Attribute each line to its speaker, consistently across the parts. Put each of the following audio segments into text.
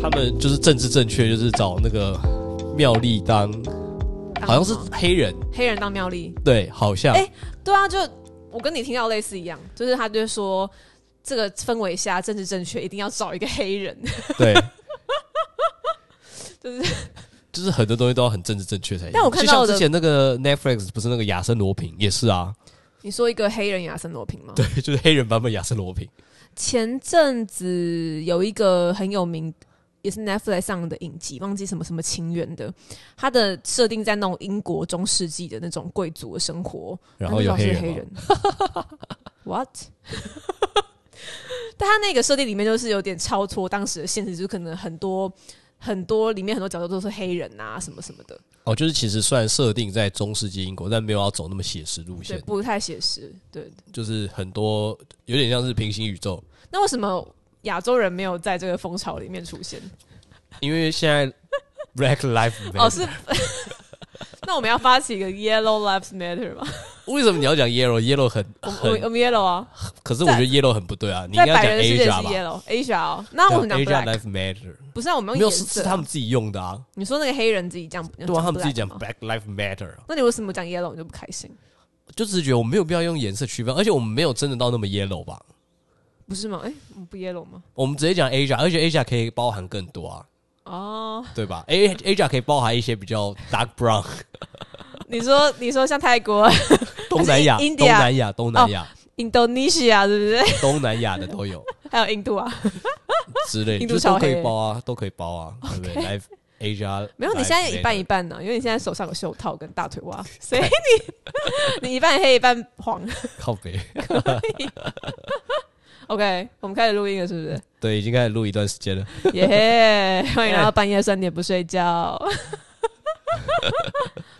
Speaker 1: 他们就是政治正确，就是找那个妙丽当，
Speaker 2: 当
Speaker 1: 好像是
Speaker 2: 什么
Speaker 1: 黑人，
Speaker 2: 黑人当妙丽，
Speaker 1: 对，好像，
Speaker 2: 哎对啊，就我跟你听到类似一样，就是他就会说这个氛围下政治正确一定要找一个黑人，
Speaker 1: 对，
Speaker 2: 就是
Speaker 1: 就是很多东西都要很政治正确才行。
Speaker 2: 但我看到
Speaker 1: 就
Speaker 2: 的
Speaker 1: 像之前那个 Netflix 不是那个亚森罗平也是 啊，
Speaker 2: 你说一个黑人亚森罗平吗？
Speaker 1: 对，就是黑人版本亚森罗平，
Speaker 2: 前阵子有一个很有名，也是 Netflix 上的影集，忘记什么什么情缘的，它的设定在那种英国中世纪的那种贵族的生活，
Speaker 1: 然后有
Speaker 2: 那
Speaker 1: 黑
Speaker 2: 女
Speaker 1: 人
Speaker 2: 主角
Speaker 1: 嘛，
Speaker 2: 是黑人 ，what？但他那个设定里面就是有点超脱当时的现实，就是可能很多很多里面很多角色都是黑人啊什么什么的，
Speaker 1: 哦，就是其实虽然设定在中世纪英国，但没有要走那么写实路
Speaker 2: 对，
Speaker 1: 线，
Speaker 2: 不太写实。对，
Speaker 1: 就是很多有点像是平行宇宙，
Speaker 2: 那为什么亚洲人没有在这个风潮里面出现？
Speaker 1: 因为现在 Black Life
Speaker 2: 哦，是。那我们要发起一个 Yellow Lives Matter 吗？
Speaker 1: 为什么你要讲 Yellow Yellow 很
Speaker 2: 我们我们
Speaker 1: 很？
Speaker 2: 我们 Yellow 啊，
Speaker 1: 可是我觉得 Yellow 很不对啊，你应
Speaker 2: 在
Speaker 1: 该要
Speaker 2: 白
Speaker 1: 讲
Speaker 2: 人的世界是
Speaker 1: Asia 吧
Speaker 2: Yellow Asia 哦。那我们讲
Speaker 1: 对啊
Speaker 2: Black，
Speaker 1: Asia Life Matter，
Speaker 2: 不是啊，我们
Speaker 1: 没
Speaker 2: 用
Speaker 1: 有
Speaker 2: 颜
Speaker 1: 是
Speaker 2: 色
Speaker 1: 是
Speaker 2: 啊。
Speaker 1: 他们自己用的啊，
Speaker 2: 你说那个黑人自己讲，
Speaker 1: 对啊，他们自己讲
Speaker 2: black 吗
Speaker 1: Black Life Matter，
Speaker 2: 那你为什么讲 yellow 你就不开心？
Speaker 1: 就只是觉得我们没有必要用颜色区分，而且我们没有真的到那么 Yellow 吧，
Speaker 2: 不是吗？哎、我们不 yellow 吗？
Speaker 1: 我们直接讲 Asia，而且 Asia 可以包含更多啊，
Speaker 2: 哦，
Speaker 1: 对吧？A Asia 可以包含一些比较 Dark Brown，
Speaker 2: 你说你说像泰国、
Speaker 1: 东南亚、
Speaker 2: 还是
Speaker 1: 东
Speaker 2: India 哦
Speaker 1: 南亚、东南亚、
Speaker 2: Indonesia 对不对？
Speaker 1: 东南亚的都有
Speaker 2: 还有印度啊？
Speaker 1: 之 类的，
Speaker 2: 印度
Speaker 1: 就是都
Speaker 2: 超
Speaker 1: 可
Speaker 2: 黑
Speaker 1: 以包啊，都可以包啊，对不对？来 Asia
Speaker 2: 没有，你
Speaker 1: Life
Speaker 2: 现在一半
Speaker 1: Matter
Speaker 2: 一半呢、因为你现在手上有袖套跟大腿袜，所以你 你一半黑一半黄。
Speaker 1: 靠北，
Speaker 2: OK，我们开始录音了，是不是？
Speaker 1: 对，已经开始录一段时间了。
Speaker 2: 耶、欢迎来到半夜三点不睡觉。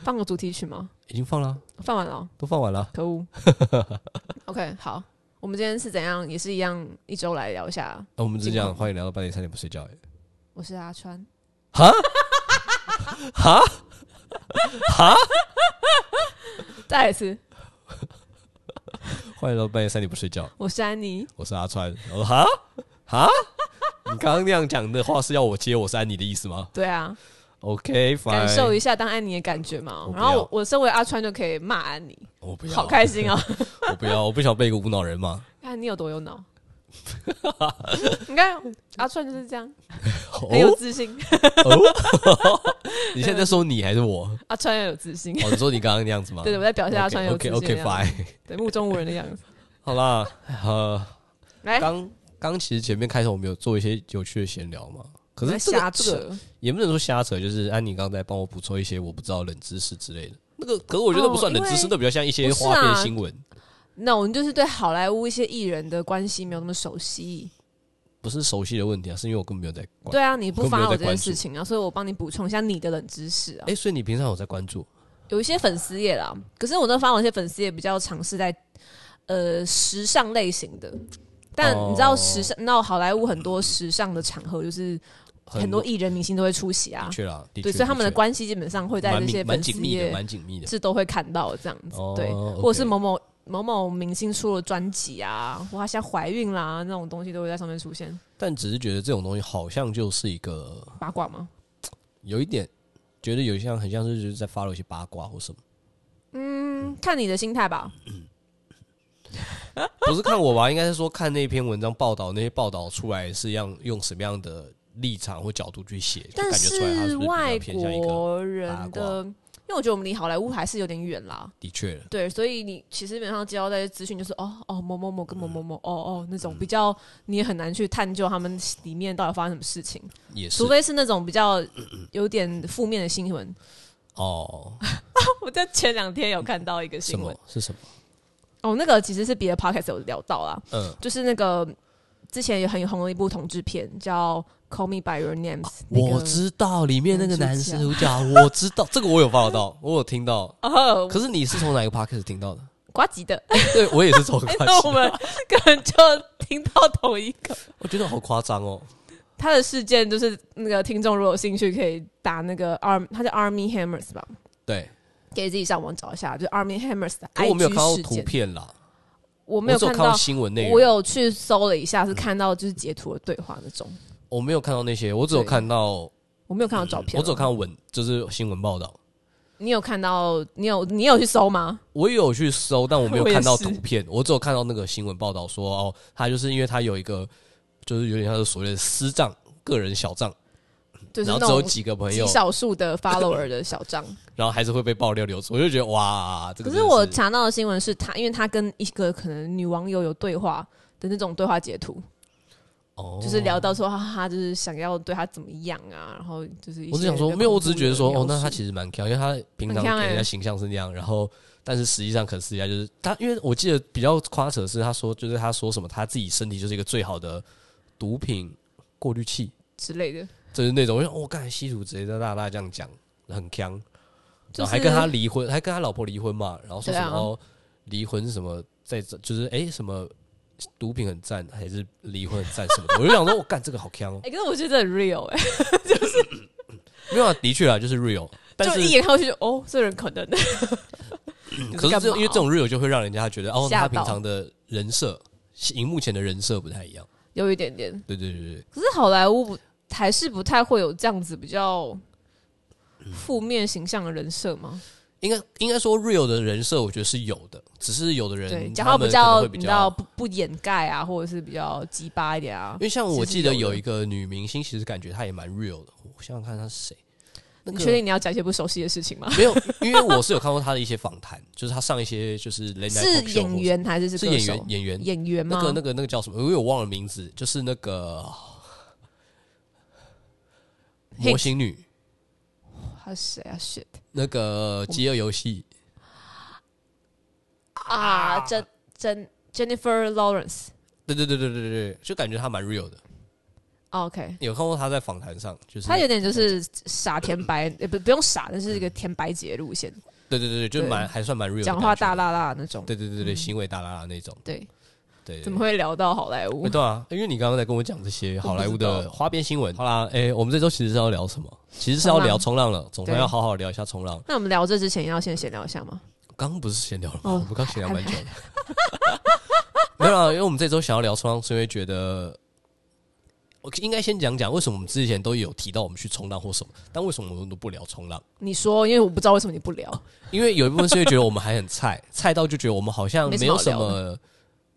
Speaker 2: 放个主题曲吗？
Speaker 1: 已经放了啊，
Speaker 2: 放完了哦，
Speaker 1: 都放完了。啊
Speaker 2: 可恶。OK，好，我们今天是怎样？也是一样，一周来聊一下。
Speaker 1: 那、我们只
Speaker 2: 近
Speaker 1: 讲
Speaker 2: 况
Speaker 1: 欢迎聊到半夜三点不睡觉、欸。
Speaker 2: 我是阿川。
Speaker 1: 哈哈哈！
Speaker 2: 再来一次，
Speaker 1: 欢迎聊到半夜三点不睡觉。
Speaker 2: 我是安妮。
Speaker 1: 我是阿川。我说哈哈，你刚刚那样讲的话是要我接我是安妮的意思吗
Speaker 2: 对啊，
Speaker 1: ？OK，
Speaker 2: 感受
Speaker 1: 一
Speaker 2: 一下当安妮的感觉嘛
Speaker 1: 我。不
Speaker 2: 然
Speaker 1: 要
Speaker 2: 后我身为阿川就可以骂安妮，
Speaker 1: 我不要，
Speaker 2: 好 开心哦！
Speaker 1: 我不要，我不想被一个无脑人 骂。
Speaker 2: 看你有多 有脑。你看阿川就是这样，
Speaker 1: 哦
Speaker 2: 很有自信。
Speaker 1: 哦，你现在在说你还是我？
Speaker 2: 阿川要有自信。
Speaker 1: 哦，你说你刚刚那样子吗？
Speaker 2: 对，我在表现阿川有自
Speaker 1: OK
Speaker 2: 信的
Speaker 1: OK
Speaker 2: 样子
Speaker 1: fine，
Speaker 2: 对目中无人的样 子。
Speaker 1: 好啦，呃，
Speaker 2: 来，
Speaker 1: 刚刚其实前面开头我们有做一些有趣的闲聊嘛，可
Speaker 2: 来
Speaker 1: 是这
Speaker 2: 瞎
Speaker 1: 个这个
Speaker 2: 扯。
Speaker 1: 也不能说瞎扯，就是安妮刚才帮我补充一些我不知道的冷知识之类的。那个，可是我觉得不算冷知
Speaker 2: 哦因
Speaker 1: 识，
Speaker 2: 为
Speaker 1: 那比较像一些
Speaker 2: 不是
Speaker 1: 花
Speaker 2: 啊
Speaker 1: 边新闻，
Speaker 2: 那我们就是对好莱坞一些艺人的关系没有那么熟悉。
Speaker 1: 不是熟悉的问题啊，是因为我根本没有在关。
Speaker 2: 对啊，你
Speaker 1: 我
Speaker 2: 不
Speaker 1: 根本
Speaker 2: 发
Speaker 1: 没有
Speaker 2: 我
Speaker 1: 在
Speaker 2: 这件
Speaker 1: 关注
Speaker 2: 事情啊，所以我帮你补充一下你的冷知识啊
Speaker 1: 哎、。所以你平常有在关注？
Speaker 2: 有一些粉丝页啦，可是我那发完一些粉丝页比较尝试在呃时尚类型的，但
Speaker 1: 哦
Speaker 2: 你知道时尚，那好莱坞很多时尚的场合就是很多
Speaker 1: 的
Speaker 2: 艺人明星都会出席啊，
Speaker 1: 确啦，的
Speaker 2: 对，
Speaker 1: 确
Speaker 2: 所以他们的
Speaker 1: 的确
Speaker 2: 关系基本上会在
Speaker 1: 蛮
Speaker 2: 这
Speaker 1: 密
Speaker 2: 些
Speaker 1: 蛮
Speaker 2: 粉丝
Speaker 1: 紧密的，
Speaker 2: 页
Speaker 1: 蛮紧密的。
Speaker 2: 是都会看到这样子，
Speaker 1: 哦
Speaker 2: 对，
Speaker 1: OK
Speaker 2: 或者是某某。某某明星出了专辑啊，或她现在怀孕啦，那种东西都会在上面出现
Speaker 1: 但只是觉得这种东西好像就是一个
Speaker 2: 八卦吗？
Speaker 1: 有一点，觉得有像很像是就是在发了一些八卦或什么，
Speaker 2: 嗯，看你的心态吧。
Speaker 1: 不是看我吧？应 该是说看那篇文章报道，那些报道出来是样用什么样的立场或角度去写，就
Speaker 2: 但
Speaker 1: 感觉出来他是不是比
Speaker 2: 外
Speaker 1: 较偏向一个
Speaker 2: 国人的，因为我觉得我们离好莱坞还是有点远啦。
Speaker 1: 的确了。
Speaker 2: 对，所以你其实基本上接到这些资讯，就是哦哦某某某跟某某某哦哦那种比较，你也很难去探究他们里面到底发生什么事情，
Speaker 1: 也是
Speaker 2: 除非是那嗯种比较有点负面的新闻。
Speaker 1: 哦，
Speaker 2: 我在前两天有看到一个
Speaker 1: 什
Speaker 2: 新闻
Speaker 1: 么，是什么？
Speaker 2: 哦，那个其实是别的 podcast 有聊到啦，
Speaker 1: 嗯，
Speaker 2: 就是那个之前也很红的一部同志片叫《Call Me by Your Names》，那个
Speaker 1: 我知道里面那个男
Speaker 2: 男主角
Speaker 1: 主角，我知道这个我有 follow 到，我有听到。
Speaker 2: 哦，
Speaker 1: 可是你是从哪个 podcast 听到的？
Speaker 2: 瓜吉的。
Speaker 1: 对我也是从
Speaker 2: 哎、
Speaker 1: podcast
Speaker 2: 那我们可能就听到同一个。
Speaker 1: 我觉得好夸张哦。
Speaker 2: 他的事件就是那个听众如果有兴趣，可以打那个 arm，他叫 Army Hammers 吧，
Speaker 1: 对，
Speaker 2: 可以自己上网找一下，就 Army Hammers 的
Speaker 1: 可我没有
Speaker 2: IG
Speaker 1: 看到
Speaker 2: 事
Speaker 1: 图
Speaker 2: 件。
Speaker 1: 片啦，
Speaker 2: 我
Speaker 1: 我
Speaker 2: 没有
Speaker 1: 只有
Speaker 2: 看
Speaker 1: 看到
Speaker 2: 到，
Speaker 1: 新闻内容。
Speaker 2: 我有去搜了一下，是看到就是截图的对话那种。
Speaker 1: 我没有看到那些，我只有
Speaker 2: 对
Speaker 1: 看到，
Speaker 2: 我没有看到照片啊，
Speaker 1: 嗯我只有看到文，就是新闻报道。
Speaker 2: 你有看到，你有你有去搜吗？
Speaker 1: 我也有去搜，但我没有
Speaker 2: 我也
Speaker 1: 看到
Speaker 2: 是
Speaker 1: 图片，我只有看到那个新闻报道说，哦，他就是因为他有一个，就是有点像是所谓的私账、个人小账，
Speaker 2: 就是
Speaker 1: 然
Speaker 2: 那
Speaker 1: 后只有
Speaker 2: 种
Speaker 1: 几个朋
Speaker 2: 极
Speaker 1: 友，
Speaker 2: 少数的 follower 的小账。
Speaker 1: 然后还是会被爆料流出，我就觉得哇，这个
Speaker 2: 可
Speaker 1: 真
Speaker 2: 是
Speaker 1: 的
Speaker 2: 我查到的新闻是他，因为他跟一个可能女网友有对话的那种对话截图，
Speaker 1: 哦
Speaker 2: 就是聊到说哈哈，他就是想要对他怎么样啊，然后就是一些
Speaker 1: 我只想
Speaker 2: 比
Speaker 1: 说，
Speaker 2: 较
Speaker 1: 没有，
Speaker 2: 恐
Speaker 1: 我只是
Speaker 2: 怖
Speaker 1: 觉得
Speaker 2: 的
Speaker 1: 说，哦
Speaker 2: 描，
Speaker 1: 那他
Speaker 2: 述
Speaker 1: 其实蛮强，因为他平常
Speaker 2: 很强
Speaker 1: 给人家
Speaker 2: 欸
Speaker 1: 形象是那样，然后但是实际上可能私底下就是他，因为我记得比较夸扯的是他说，就是他说什么他自己身体就是一个最好的毒品过滤器，
Speaker 2: 之类
Speaker 1: 哦
Speaker 2: 的，
Speaker 1: 就是那种，因为我刚才吸毒直接在大大这样讲，很强，
Speaker 2: 就
Speaker 1: 然后
Speaker 2: 是
Speaker 1: 还跟他离婚，还跟他老婆离婚嘛，然后说
Speaker 2: 对
Speaker 1: 什
Speaker 2: 啊
Speaker 1: 么哦离婚是什么在这就是哎、什么毒品很赞还是离婚很赞什么的，我就想说，我干这个好强哦，
Speaker 2: 哎、可是我觉得很 real 哎、
Speaker 1: 没有啊，的确啊，就是 real，但
Speaker 2: 就是一眼看过去就哦，这人可 能
Speaker 1: 可是
Speaker 2: 干
Speaker 1: 这
Speaker 2: 嘛
Speaker 1: 因为这种 real 就会让人家觉得哦，他
Speaker 2: 吓到
Speaker 1: 平常的人设，荧幕前的人设不太一样。
Speaker 2: 有一点点，
Speaker 1: 对对对对，
Speaker 2: 可是好莱坞不还是不太会有这样子比较
Speaker 1: 嗯
Speaker 2: 负面形象的人设吗？
Speaker 1: 应该应该说 real 的人设，我觉得是有的，只是有的
Speaker 2: 对，
Speaker 1: 人
Speaker 2: 讲
Speaker 1: 他
Speaker 2: 话
Speaker 1: 们可能
Speaker 2: 比较
Speaker 1: 会
Speaker 2: 你
Speaker 1: 比
Speaker 2: 知道
Speaker 1: 较。
Speaker 2: 不不掩盖啊，或者是比较鸡巴一点啊
Speaker 1: 因。为像我
Speaker 2: 其实
Speaker 1: 记得
Speaker 2: 有的
Speaker 1: 有一个女明星，其实感觉她也蛮 real 的。我想想看她是谁，那
Speaker 2: 你
Speaker 1: 个
Speaker 2: 确定你要讲一些不熟悉的事情吗？
Speaker 1: 没有？因为我是有看过她的一些访谈， 就是她上一些就是 late night
Speaker 2: 是
Speaker 1: 哎 talk show
Speaker 2: 演员还是
Speaker 1: 或
Speaker 2: 是
Speaker 1: 者，是
Speaker 2: 歌
Speaker 1: 演
Speaker 2: 手
Speaker 1: 员？演员
Speaker 2: 演员吗
Speaker 1: 那？个那个那个叫什么？因为我忘了名字，就是那个模型女，
Speaker 2: 他是谁啊？shit
Speaker 1: 那个《饥饿游戏
Speaker 2: 啊，真真 Jennifer Lawrence。》，
Speaker 1: 对对对对对对，就感觉他蛮 real 的。
Speaker 2: 啊 OK，
Speaker 1: 有看过他在访谈上，就是嗯
Speaker 2: 他有点就是傻甜白，呃不不用傻，但是一个甜白姐路线，
Speaker 1: 对对对对，就
Speaker 2: 对
Speaker 1: 蛮还算蛮 real，的
Speaker 2: 讲话大
Speaker 1: 嗯感
Speaker 2: 辣辣那种
Speaker 1: 觉，。对对对对，行为大拉拉那种。
Speaker 2: 对，
Speaker 1: 对，对
Speaker 2: 怎么？会聊到好莱
Speaker 1: 对
Speaker 2: 坞
Speaker 1: 哎？对啊，因为你刚刚在跟我讲这些好莱坞
Speaker 2: 我不知
Speaker 1: 的花边新闻。好啦，哎，我们这周其实是要聊什么？其实是要聊冲浪了，总算
Speaker 2: 对
Speaker 1: 要好好聊一下冲浪。
Speaker 2: 那我们聊这之前要先闲聊一下吗？
Speaker 1: 刚刚不是闲聊了吗？
Speaker 2: 哦
Speaker 1: 我们刚闲聊蛮久的。 没有啊，因为我们这周想要聊冲浪，是因为觉得我应该先讲讲为什么我们之前都有提到我们去冲浪或什么，但为什么我们都不聊冲浪？
Speaker 2: 你说，因为我不知道为什么你不聊
Speaker 1: 因为有一部分是因为觉得我们还很菜，菜到就觉得我们好像
Speaker 2: 没什
Speaker 1: 没
Speaker 2: 么
Speaker 1: 有
Speaker 2: 好
Speaker 1: 什
Speaker 2: 聊
Speaker 1: 么。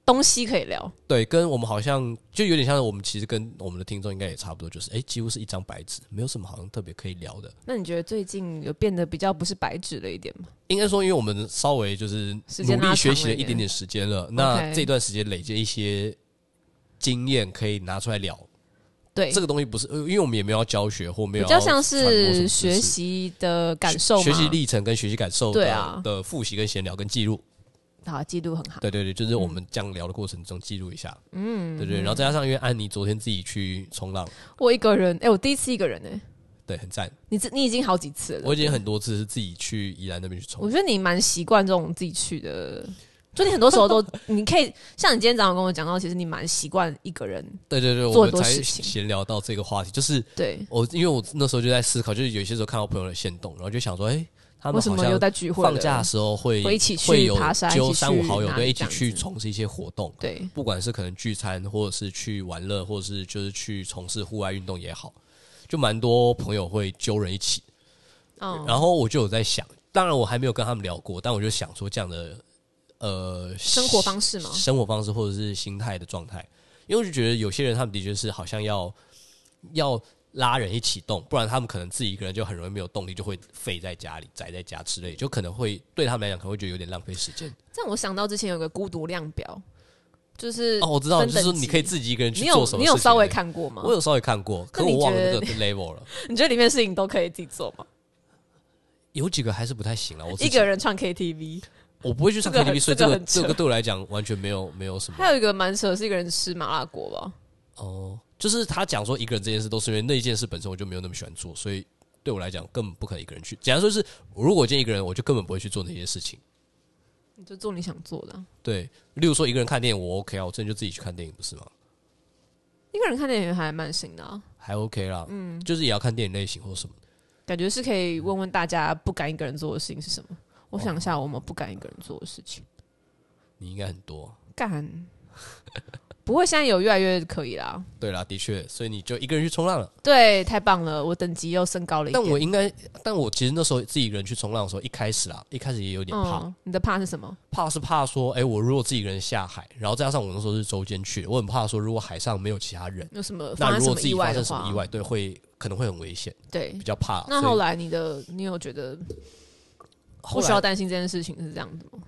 Speaker 2: 东西可以聊，
Speaker 1: 对，跟我们好像就有点像，我们其实跟我们的听众应该也差不多，就是哎、诶几乎是一张白纸，没有什么好像特别可以聊的。
Speaker 2: 那你觉得最近有变得比较不是白纸了一点吗？
Speaker 1: 应该说，因为我们稍微就是
Speaker 2: 时
Speaker 1: 努
Speaker 2: 间
Speaker 1: 力
Speaker 2: 拉
Speaker 1: 学
Speaker 2: 长
Speaker 1: 习
Speaker 2: 了
Speaker 1: 了一
Speaker 2: 一点
Speaker 1: 点点时间了，那
Speaker 2: OK
Speaker 1: 这段时间累积一些经验可以拿出来聊。
Speaker 2: 对，
Speaker 1: 这个东西不是，呃因为我们也没有要教学或没
Speaker 2: 比
Speaker 1: 有
Speaker 2: 较
Speaker 1: 要
Speaker 2: 像
Speaker 1: 传播什么
Speaker 2: 是
Speaker 1: 知
Speaker 2: 学
Speaker 1: 识
Speaker 2: 习的感受嘛，
Speaker 1: 学习历程跟学习感受的
Speaker 2: 对啊
Speaker 1: 的复习跟闲聊跟记录。
Speaker 2: 好，记录很好。
Speaker 1: 对对对，就是我们这样聊的过程中记录一下，嗯，对对，然后再加上因为安妮昨天自己去冲浪，
Speaker 2: 我一个人，哎、我第一次一个人、哎，
Speaker 1: 对，很赞。
Speaker 2: 你自你已经好几次了。
Speaker 1: 我已经很多次是自己去宜兰那边去冲，
Speaker 2: 我觉得你蛮习惯这种自己去的，就你很多时 候都，你可以像你今天早上跟我讲到，其实你蛮习惯一个人。
Speaker 1: 对对对，
Speaker 2: 做
Speaker 1: 我们
Speaker 2: 很多
Speaker 1: 才
Speaker 2: 事情
Speaker 1: 闲聊到这个话题，就是
Speaker 2: 对，
Speaker 1: 我因为我那时候就在思考，就是有些时候看到朋友的行动，然后就想说，哎、他
Speaker 2: 为
Speaker 1: 们
Speaker 2: 什
Speaker 1: 好
Speaker 2: 么又
Speaker 1: 像
Speaker 2: 在聚会了
Speaker 1: 放假的？时候会
Speaker 2: 会一起去
Speaker 1: 会有
Speaker 2: 爬山一
Speaker 1: 揪
Speaker 2: 起去
Speaker 1: 三五好友
Speaker 2: 哪里
Speaker 1: 对一起
Speaker 2: 这
Speaker 1: 去
Speaker 2: 样子
Speaker 1: 从事一些活动，
Speaker 2: 对，
Speaker 1: 不管是可能聚餐，或者是去玩乐，或者是就是去从事户外运动也好，就蛮多朋友会揪人一起。
Speaker 2: 嗯，
Speaker 1: 然后我就有在想，当然我还没有跟他们聊过，但我就想说这样的呃
Speaker 2: 生活方式吗？
Speaker 1: 生活方式或者是心态的状态，因为我就觉得有些人他们的确是好像要要拉人一起动，不然他们可能自己一个人就很容易没有动力，就会废在家里、宅在家之类，就可能会对他们来讲可能会觉得有点浪费时间。
Speaker 2: 这样我想到之前有个孤独量表，就是
Speaker 1: 哦，我知道，
Speaker 2: 分
Speaker 1: 就是说
Speaker 2: 等
Speaker 1: 你
Speaker 2: 级
Speaker 1: 可以自己一个人去
Speaker 2: 你
Speaker 1: 做
Speaker 2: 有
Speaker 1: 什么事情。
Speaker 2: 你有稍微，看过吗？
Speaker 1: 我有稍微看过，可
Speaker 2: 那
Speaker 1: 我
Speaker 2: 你
Speaker 1: 忘了那
Speaker 2: 觉得
Speaker 1: 个 level 了。
Speaker 2: 你觉得里面的事情都可以自己做吗？
Speaker 1: 有几个还是不太行了，我自
Speaker 2: 一
Speaker 1: 己
Speaker 2: 个人唱 KTV，
Speaker 1: 我不会去唱
Speaker 2: 这个
Speaker 1: KTV，所以
Speaker 2: 这
Speaker 1: 这个
Speaker 2: 个很
Speaker 1: 这
Speaker 2: 扯
Speaker 1: 个对我来讲完全没有没有什么
Speaker 2: 还有一个蛮扯，是一个人吃麻辣锅吧？
Speaker 1: 哦，就是他讲说一个人这件事，都是因为那件事本身我就没有那么喜欢做，所以对我来讲根本不可能一个人去。假如说是如果我今天一个人，我就根本不会去做那些事情。
Speaker 2: 你就做你想做的啊、
Speaker 1: 对，例如说一个人看电影，我 OK 啊，我之前就自己去看电影，不是吗？
Speaker 2: 一个人看电影还蛮行的、啊，
Speaker 1: 还 OK 啦，嗯，就是也要看电影类型或什么。
Speaker 2: 感觉是可以问问大家不敢一个人做的事情是什么。
Speaker 1: 哦
Speaker 2: 我想一下，我们不敢一个人做的事情，
Speaker 1: 啊你应该很多，
Speaker 2: 干。 不过现在有越来越可以啦。
Speaker 1: 对啦，的确，所以你就一个人去冲浪了。
Speaker 2: 对，太棒了，我等级又升高了一
Speaker 1: 但
Speaker 2: 点。
Speaker 1: 我应该，但我其实那时候自己一个人去冲浪的时候，一开始啦，一开始也有点怕，
Speaker 2: 嗯，你的怕是什么？
Speaker 1: 怕是怕说，哎、我如果自己一个人下海，然后再加上我那时候是周间去，我很怕说，如果海上没有其他人，
Speaker 2: 有什么发
Speaker 1: 那
Speaker 2: 生
Speaker 1: 如
Speaker 2: 什
Speaker 1: 果
Speaker 2: 么
Speaker 1: 自己
Speaker 2: 意
Speaker 1: 发
Speaker 2: 外
Speaker 1: 生
Speaker 2: 的
Speaker 1: 什么
Speaker 2: 话
Speaker 1: 意？外，对，会可能会很危险，
Speaker 2: 对
Speaker 1: 比。较怕。
Speaker 2: 那
Speaker 1: 所以
Speaker 2: 后来你的，你有觉得
Speaker 1: 后
Speaker 2: 不
Speaker 1: 来哦
Speaker 2: 需要担心这件事情是这样的吗？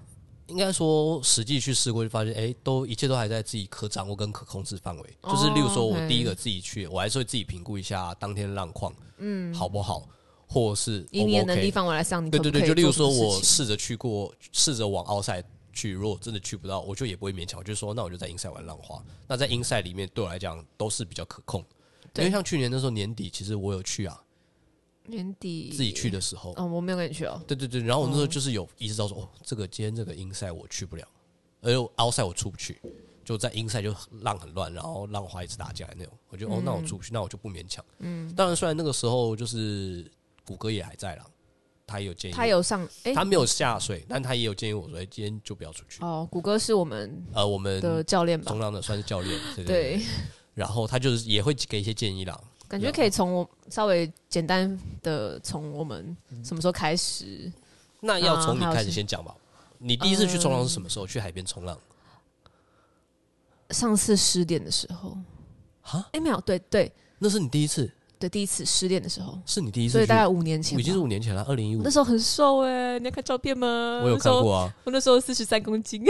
Speaker 1: 应该说实际去试过，就发现哎、诶都一切都还在自己可掌握跟可控制范围。
Speaker 2: 哦
Speaker 1: 就是例如说，我
Speaker 2: OK
Speaker 1: 第一个自己去，我还是会自己评估一下当天浪况，嗯，好不好，或是 O
Speaker 2: 以
Speaker 1: 不
Speaker 2: 你的能
Speaker 1: OK
Speaker 2: 力。范围来上，你
Speaker 1: 对
Speaker 2: 可
Speaker 1: 对
Speaker 2: 不
Speaker 1: 对，
Speaker 2: 可以
Speaker 1: 就例如
Speaker 2: 做
Speaker 1: 说
Speaker 2: 什么
Speaker 1: 我
Speaker 2: 事情
Speaker 1: 试着去过，试着往奥赛去，如果真的去不到，我就也不会勉强，我就说那我就在英赛玩浪花。那在英赛里面，对我来讲都是比较可控。因
Speaker 2: 对
Speaker 1: 为像去年那时候年底，其实我有去啊，
Speaker 2: 年底
Speaker 1: 自己去的时候，
Speaker 2: 哦，我没有跟你去哦。
Speaker 1: 对对对，然后我那时候就是有意识到说，哦，这个今天这个英赛我去不了，而且奥赛我出不去，就在英赛就浪很乱，然后浪花一直打架的那种，我就哦，那我出不去，那我就不勉强。嗯，当然，虽然那个时候就是谷歌也还在啦，他也有建议我，
Speaker 2: 他有上哎、
Speaker 1: 嗯他没有下水，但他也有建议我说，哎，今天就不要出去。
Speaker 2: 哦，谷歌是我们
Speaker 1: 呃，我们
Speaker 2: 的教练吧
Speaker 1: 中？浪的算是教练，对
Speaker 2: 对，
Speaker 1: 然后他就是也会给一些建议啦，
Speaker 2: 感觉可以从我稍微简单的从我们
Speaker 1: 嗯
Speaker 2: 什么时候开始？
Speaker 1: 那要
Speaker 2: 啊
Speaker 1: 从你
Speaker 2: 还有嗯
Speaker 1: 开始
Speaker 2: 是
Speaker 1: 先讲吧。你第一次去冲浪是什么时候？去海边冲浪？
Speaker 2: 上次失恋的时候，
Speaker 1: 哈，
Speaker 2: 哎、没有，对对
Speaker 1: 那是你第一次，
Speaker 2: 对，第一次失恋的时候，
Speaker 1: 是你第一次去，
Speaker 2: 所以大概五年前吧，
Speaker 1: 已经是五年前了，二零一五
Speaker 2: 那，时候很瘦哎、你要看照片吗？
Speaker 1: 我有看过啊。
Speaker 2: 我那时候，我那时候四十三公斤，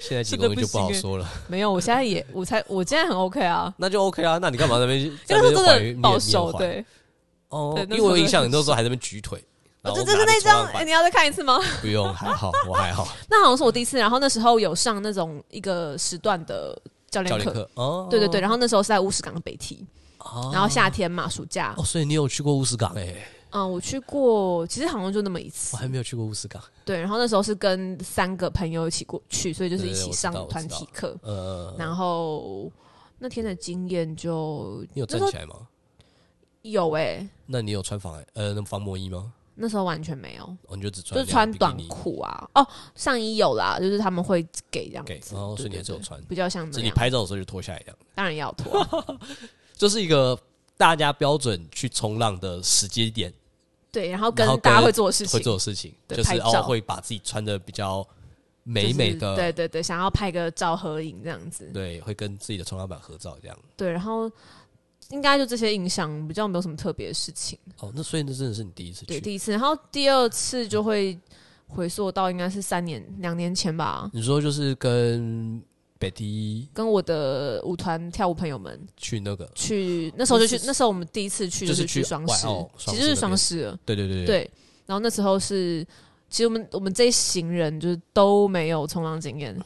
Speaker 1: 现在几公斤就不好说了，
Speaker 2: 没有，我现在也，我才，我现在很 OK 啊，
Speaker 1: 那就 OK 啊。那你干嘛在那边
Speaker 2: 因
Speaker 1: 在
Speaker 2: 为
Speaker 1: 那边
Speaker 2: 那时
Speaker 1: 怀
Speaker 2: 候真
Speaker 1: 念
Speaker 2: 的保守，
Speaker 1: 缅怀
Speaker 2: 对，
Speaker 1: 哦
Speaker 2: 对，那
Speaker 1: 因
Speaker 2: 时
Speaker 1: 为
Speaker 2: 候
Speaker 1: 我有印
Speaker 2: 真的
Speaker 1: 象，你那时候还在那边举腿，
Speaker 2: 我
Speaker 1: 然
Speaker 2: 就
Speaker 1: 后
Speaker 2: 哦这是
Speaker 1: 拿
Speaker 2: 那
Speaker 1: 着冲
Speaker 2: 张
Speaker 1: 浪，
Speaker 2: 哎
Speaker 1: 板
Speaker 2: 你要再看一次吗？
Speaker 1: 不用，还好，我还好。
Speaker 2: 那好像是我第一次，然后那时候有上那种一个时段的教
Speaker 1: 教
Speaker 2: 练
Speaker 1: 练
Speaker 2: 课，
Speaker 1: 课哦，
Speaker 2: 对对对，然后那时候是在乌石港的北堤，
Speaker 1: 哦，
Speaker 2: 然后夏天嘛，暑假，
Speaker 1: 哦，所以你有去过乌斯港哎，
Speaker 2: 嗯，我去过，其实好像就那么一次
Speaker 1: 我，还没有去过乌斯港，
Speaker 2: 对，然后那时候是跟三个朋友一起过去，所以就是
Speaker 1: 对
Speaker 2: 一
Speaker 1: 对
Speaker 2: 起
Speaker 1: 我知
Speaker 2: 上
Speaker 1: 道我知
Speaker 2: 团
Speaker 1: 道
Speaker 2: 体课，
Speaker 1: 呃，
Speaker 2: 然后那天的经验就
Speaker 1: 你有
Speaker 2: 那
Speaker 1: 站
Speaker 2: 时候
Speaker 1: 起来吗？
Speaker 2: 有哎、
Speaker 1: 那你有穿防呃那防魔衣吗？
Speaker 2: 那时候完全没有，
Speaker 1: 哦，你就只穿
Speaker 2: 就
Speaker 1: 那
Speaker 2: 是
Speaker 1: 个
Speaker 2: 穿
Speaker 1: 比基
Speaker 2: 短
Speaker 1: 尼
Speaker 2: 裤啊，哦，上衣有啦，就是他们会给这样
Speaker 1: 给，
Speaker 2: 子，
Speaker 1: 然后哦所以
Speaker 2: 对
Speaker 1: 你还
Speaker 2: 对
Speaker 1: 是有
Speaker 2: 对，
Speaker 1: 穿，
Speaker 2: 比较像
Speaker 1: 所
Speaker 2: 那
Speaker 1: 以你
Speaker 2: 样，
Speaker 1: 拍照的时候就脱下来这样。
Speaker 2: 当然要 脱啊，
Speaker 1: 就是一个大家标准去冲浪的时间点
Speaker 2: 对，然后
Speaker 1: 然后
Speaker 2: 跟
Speaker 1: 跟
Speaker 2: 大家会做的事
Speaker 1: 会
Speaker 2: 情，
Speaker 1: 做的事情，
Speaker 2: 对
Speaker 1: 就是
Speaker 2: 拍
Speaker 1: 哦
Speaker 2: 照
Speaker 1: 会把自己穿的比较美
Speaker 2: 就是
Speaker 1: 美的，
Speaker 2: 对对对，想要拍个照合影这样子，
Speaker 1: 对会跟自己的冲浪板合照这样。
Speaker 2: 对，然后应该就这些印象，比较没有什么特别的事情。
Speaker 1: 哦，那所以那真的是你第一次
Speaker 2: 对，
Speaker 1: 去。
Speaker 2: 第一次，然后第二次就会回溯到应该是三年两年前吧，
Speaker 1: 你说就是跟北迪
Speaker 2: 跟我的舞团跳舞朋友们
Speaker 1: 去那个，
Speaker 2: 去，那时候就
Speaker 1: 就
Speaker 2: 去
Speaker 1: 是，
Speaker 2: 那时候我们第一次去
Speaker 1: 就是
Speaker 2: 去
Speaker 1: 去
Speaker 2: 双
Speaker 1: 外
Speaker 2: 十
Speaker 1: 澳，
Speaker 2: 其
Speaker 1: 双
Speaker 2: 实
Speaker 1: 十
Speaker 2: 是
Speaker 1: 那
Speaker 2: 双
Speaker 1: 边
Speaker 2: 十了，
Speaker 1: 对对对对，
Speaker 2: 对。然后那时候是，其实我们我们这一行人就是都没有冲浪经验。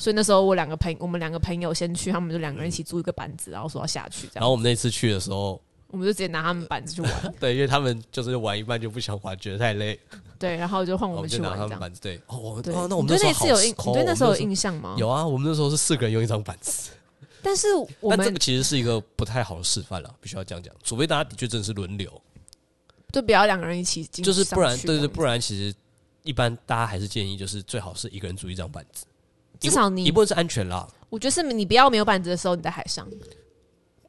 Speaker 2: 所以那时候我两个朋，我们两个朋友先去，他们就两个人一起租一个板子，然后说要下去，这
Speaker 1: 然
Speaker 2: 样
Speaker 1: 后我们那次去的时候，
Speaker 2: 我们就直接拿他们板子 去玩，
Speaker 1: 对，因为他们就是玩一半就不想玩，觉得太累，
Speaker 2: 对，然后就换哦我
Speaker 1: 我
Speaker 2: 们
Speaker 1: 就
Speaker 2: 去
Speaker 1: 拿
Speaker 2: 玩
Speaker 1: 他
Speaker 2: 这
Speaker 1: 们
Speaker 2: 样。
Speaker 1: 板子。对，哦，我们
Speaker 2: 对，
Speaker 1: 哦，那我们
Speaker 2: 你对
Speaker 1: 时
Speaker 2: 那次
Speaker 1: 候
Speaker 2: 有
Speaker 1: 好
Speaker 2: 印，
Speaker 1: 抠
Speaker 2: 你对
Speaker 1: 我
Speaker 2: 那
Speaker 1: 们
Speaker 2: 时候有
Speaker 1: 时候
Speaker 2: 印象吗？
Speaker 1: 有啊，我们那时候是四个人用一张板子，
Speaker 2: 但是我
Speaker 1: 那这
Speaker 2: 们
Speaker 1: 个其实是一个不太好的示范了，必须要这样讲，除非大家的确真的是轮流，
Speaker 2: 就不要两个人一起进
Speaker 1: 就
Speaker 2: 上去这样
Speaker 1: 是
Speaker 2: 子，
Speaker 1: 不然，对对，不然其实一般大家还是建议，就是最好是一个人租一张板子，
Speaker 2: 至少
Speaker 1: 一
Speaker 2: 你，
Speaker 1: 部分是安全啦，
Speaker 2: 我觉得是你不要没有板子的时候你在海上，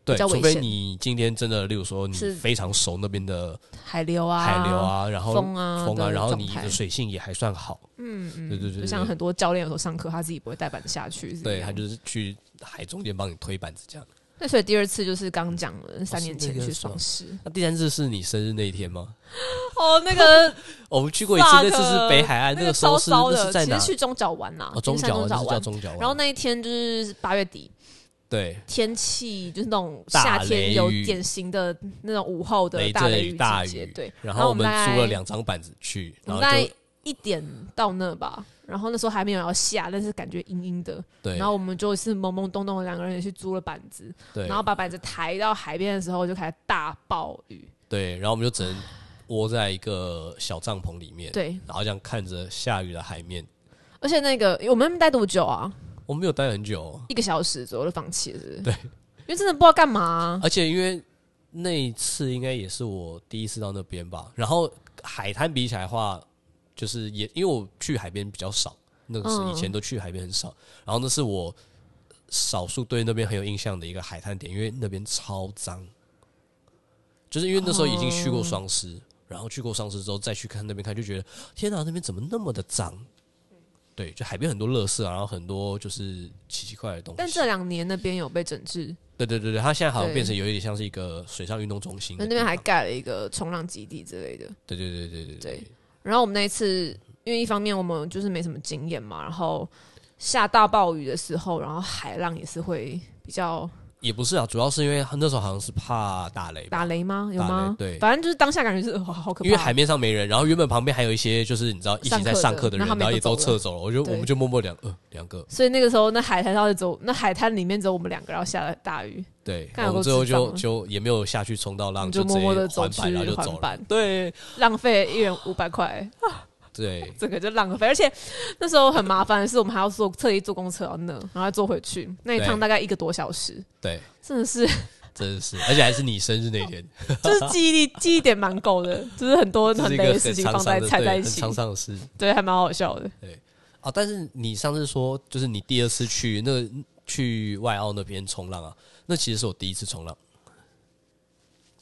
Speaker 1: 对，
Speaker 2: 比较危
Speaker 1: 除
Speaker 2: 险
Speaker 1: 非你今天真的，例如说你
Speaker 2: 是
Speaker 1: 非常熟那边的
Speaker 2: 海流啊，
Speaker 1: 海流，啊，然后
Speaker 2: 风啊
Speaker 1: 风啊，
Speaker 2: 的
Speaker 1: 然后
Speaker 2: 状
Speaker 1: 你
Speaker 2: 态
Speaker 1: 的水性也还算好，
Speaker 2: 嗯嗯，
Speaker 1: 对对对
Speaker 2: 就
Speaker 1: 对
Speaker 2: 像
Speaker 1: 对
Speaker 2: 很多教练有时候上课他自己不会带板子下去，是一
Speaker 1: 对，
Speaker 2: 样
Speaker 1: 他就是去海中间帮你推板子这样。
Speaker 2: 那所以第二次就是刚讲了三年前
Speaker 1: 哦那个
Speaker 2: 去
Speaker 1: 时候
Speaker 2: 双十，
Speaker 1: 那第三次是你生日那一天吗？
Speaker 2: 哦，那个
Speaker 1: 我们去过一次，那
Speaker 2: Fuck
Speaker 1: 次是北海岸，那
Speaker 2: 那个
Speaker 1: 个时候
Speaker 2: 超
Speaker 1: 是
Speaker 2: 骚
Speaker 1: 那是
Speaker 2: 的，
Speaker 1: 在
Speaker 2: 其
Speaker 1: 哪
Speaker 2: 实？去中角湾呐
Speaker 1: 哦，，
Speaker 2: 金
Speaker 1: 中
Speaker 2: 山
Speaker 1: 角
Speaker 2: 中
Speaker 1: 湾，那
Speaker 2: 角
Speaker 1: 是叫
Speaker 2: 湾。
Speaker 1: 中角湾。
Speaker 2: 然后那一天就是八月底，
Speaker 1: 对
Speaker 2: 天气就是那种
Speaker 1: 大
Speaker 2: 夏天
Speaker 1: 雷
Speaker 2: 有
Speaker 1: 雨
Speaker 2: 典型的那种午后的
Speaker 1: 雷
Speaker 2: 大
Speaker 1: 阵
Speaker 2: 雷
Speaker 1: 雨
Speaker 2: 雨
Speaker 1: 大
Speaker 2: 季节，
Speaker 1: 雨
Speaker 2: 对。
Speaker 1: 然后我们
Speaker 2: 大概
Speaker 1: 租了两张板子去，
Speaker 2: 我
Speaker 1: 然
Speaker 2: 们
Speaker 1: 后
Speaker 2: 大
Speaker 1: 就
Speaker 2: 概一点到那吧，然后那时候还没有要下，但是感觉阴阴的，
Speaker 1: 对，
Speaker 2: 然后我们就是懵懵懂懂的两个人也去租了板子，
Speaker 1: 对，
Speaker 2: 然后把板子抬到海边的时候就开始大暴雨，
Speaker 1: 对，然后我们就只能窝在一个小帐篷里面，，
Speaker 2: 对，
Speaker 1: 然后这样看着下雨的海面。
Speaker 2: 而且那个我们待多久啊？
Speaker 1: 我们没有待很久哦，
Speaker 2: 一个小时左右就放弃了是不是，
Speaker 1: 对，哎
Speaker 2: 因为真的不知道干嘛啊、
Speaker 1: 而且因为那一次应该也是我第一次到那边吧。然后海滩比起来的话，就是也因为我去海边比较少，那个是
Speaker 2: 嗯
Speaker 1: 以前都去海边很少。然后那是我少数对那边很有印象的一个海滩点，因为那边超脏，就是因为那时候已经去过双狮，然后去过双狮之后再去看那边看，就觉得天哪，那边怎么那么的脏？对，就海边很多垃圾啊，然后很多就是奇奇怪怪的东西。
Speaker 2: 但这两年那边有被整治，
Speaker 1: 对对对对，它现在好像
Speaker 2: 对
Speaker 1: 变成有一点像是一个水上运动中心
Speaker 2: 那
Speaker 1: 的
Speaker 2: 那
Speaker 1: 地
Speaker 2: 边
Speaker 1: 方。
Speaker 2: 还盖了一个冲浪基地之类的。
Speaker 1: 对对对对对
Speaker 2: 对然后我们那一次，因为一方面我们就是没什么经验嘛，然后下大暴雨的时候，然后海浪也是会比较
Speaker 1: 也不是啊，主要是因为那时候好像是怕打雷吧，
Speaker 2: 打雷吗？有吗？
Speaker 1: 打雷对
Speaker 2: 反正就是当下感觉是哇，好可怕。
Speaker 1: 因为海面上没人，然后原本旁边还有一些就是你知道一起在上课的人，
Speaker 2: 上课的然后他们
Speaker 1: 然后也
Speaker 2: 都
Speaker 1: 都
Speaker 2: 走了
Speaker 1: 撤走了，我就
Speaker 2: 对
Speaker 1: 我们就默默两呃两个
Speaker 2: 所以那个时候，那海滩上就走，那海滩里面只有我们两个，然后下了大雨，
Speaker 1: 对，我
Speaker 2: 干有够
Speaker 1: 们最后
Speaker 2: 智障
Speaker 1: 就
Speaker 2: 啊
Speaker 1: 就也没有下去冲到浪，
Speaker 2: 你就
Speaker 1: 直
Speaker 2: 默默地
Speaker 1: 接
Speaker 2: 走
Speaker 1: 环板
Speaker 2: 去
Speaker 1: 然后就走
Speaker 2: 环
Speaker 1: 了
Speaker 2: 板，
Speaker 1: 对
Speaker 2: 浪费一人五百块，
Speaker 1: 对，
Speaker 2: 整个就浪费。而且那时候很麻烦的是，我们还要坐特意坐公车到那，然后再坐回去，那一趟
Speaker 1: 对
Speaker 2: 大概一个多小时，
Speaker 1: 对，
Speaker 2: 真的是
Speaker 1: 真的是，而且还是你生日那 天，
Speaker 2: 就是记忆力记忆点蛮够的，就是很多
Speaker 1: 这
Speaker 2: 很
Speaker 1: 是一
Speaker 2: 累
Speaker 1: 个
Speaker 2: 的
Speaker 1: 很
Speaker 2: 事情
Speaker 1: 沧
Speaker 2: 放
Speaker 1: 桑
Speaker 2: 在
Speaker 1: 的
Speaker 2: 掺
Speaker 1: 对
Speaker 2: 在一
Speaker 1: 很
Speaker 2: 起，
Speaker 1: 沧桑的事
Speaker 2: 对，还蛮好笑的。
Speaker 1: 啊。但是你上次说，就是你第二次去那去外澳那边冲浪啊，那其实是我第一次冲浪，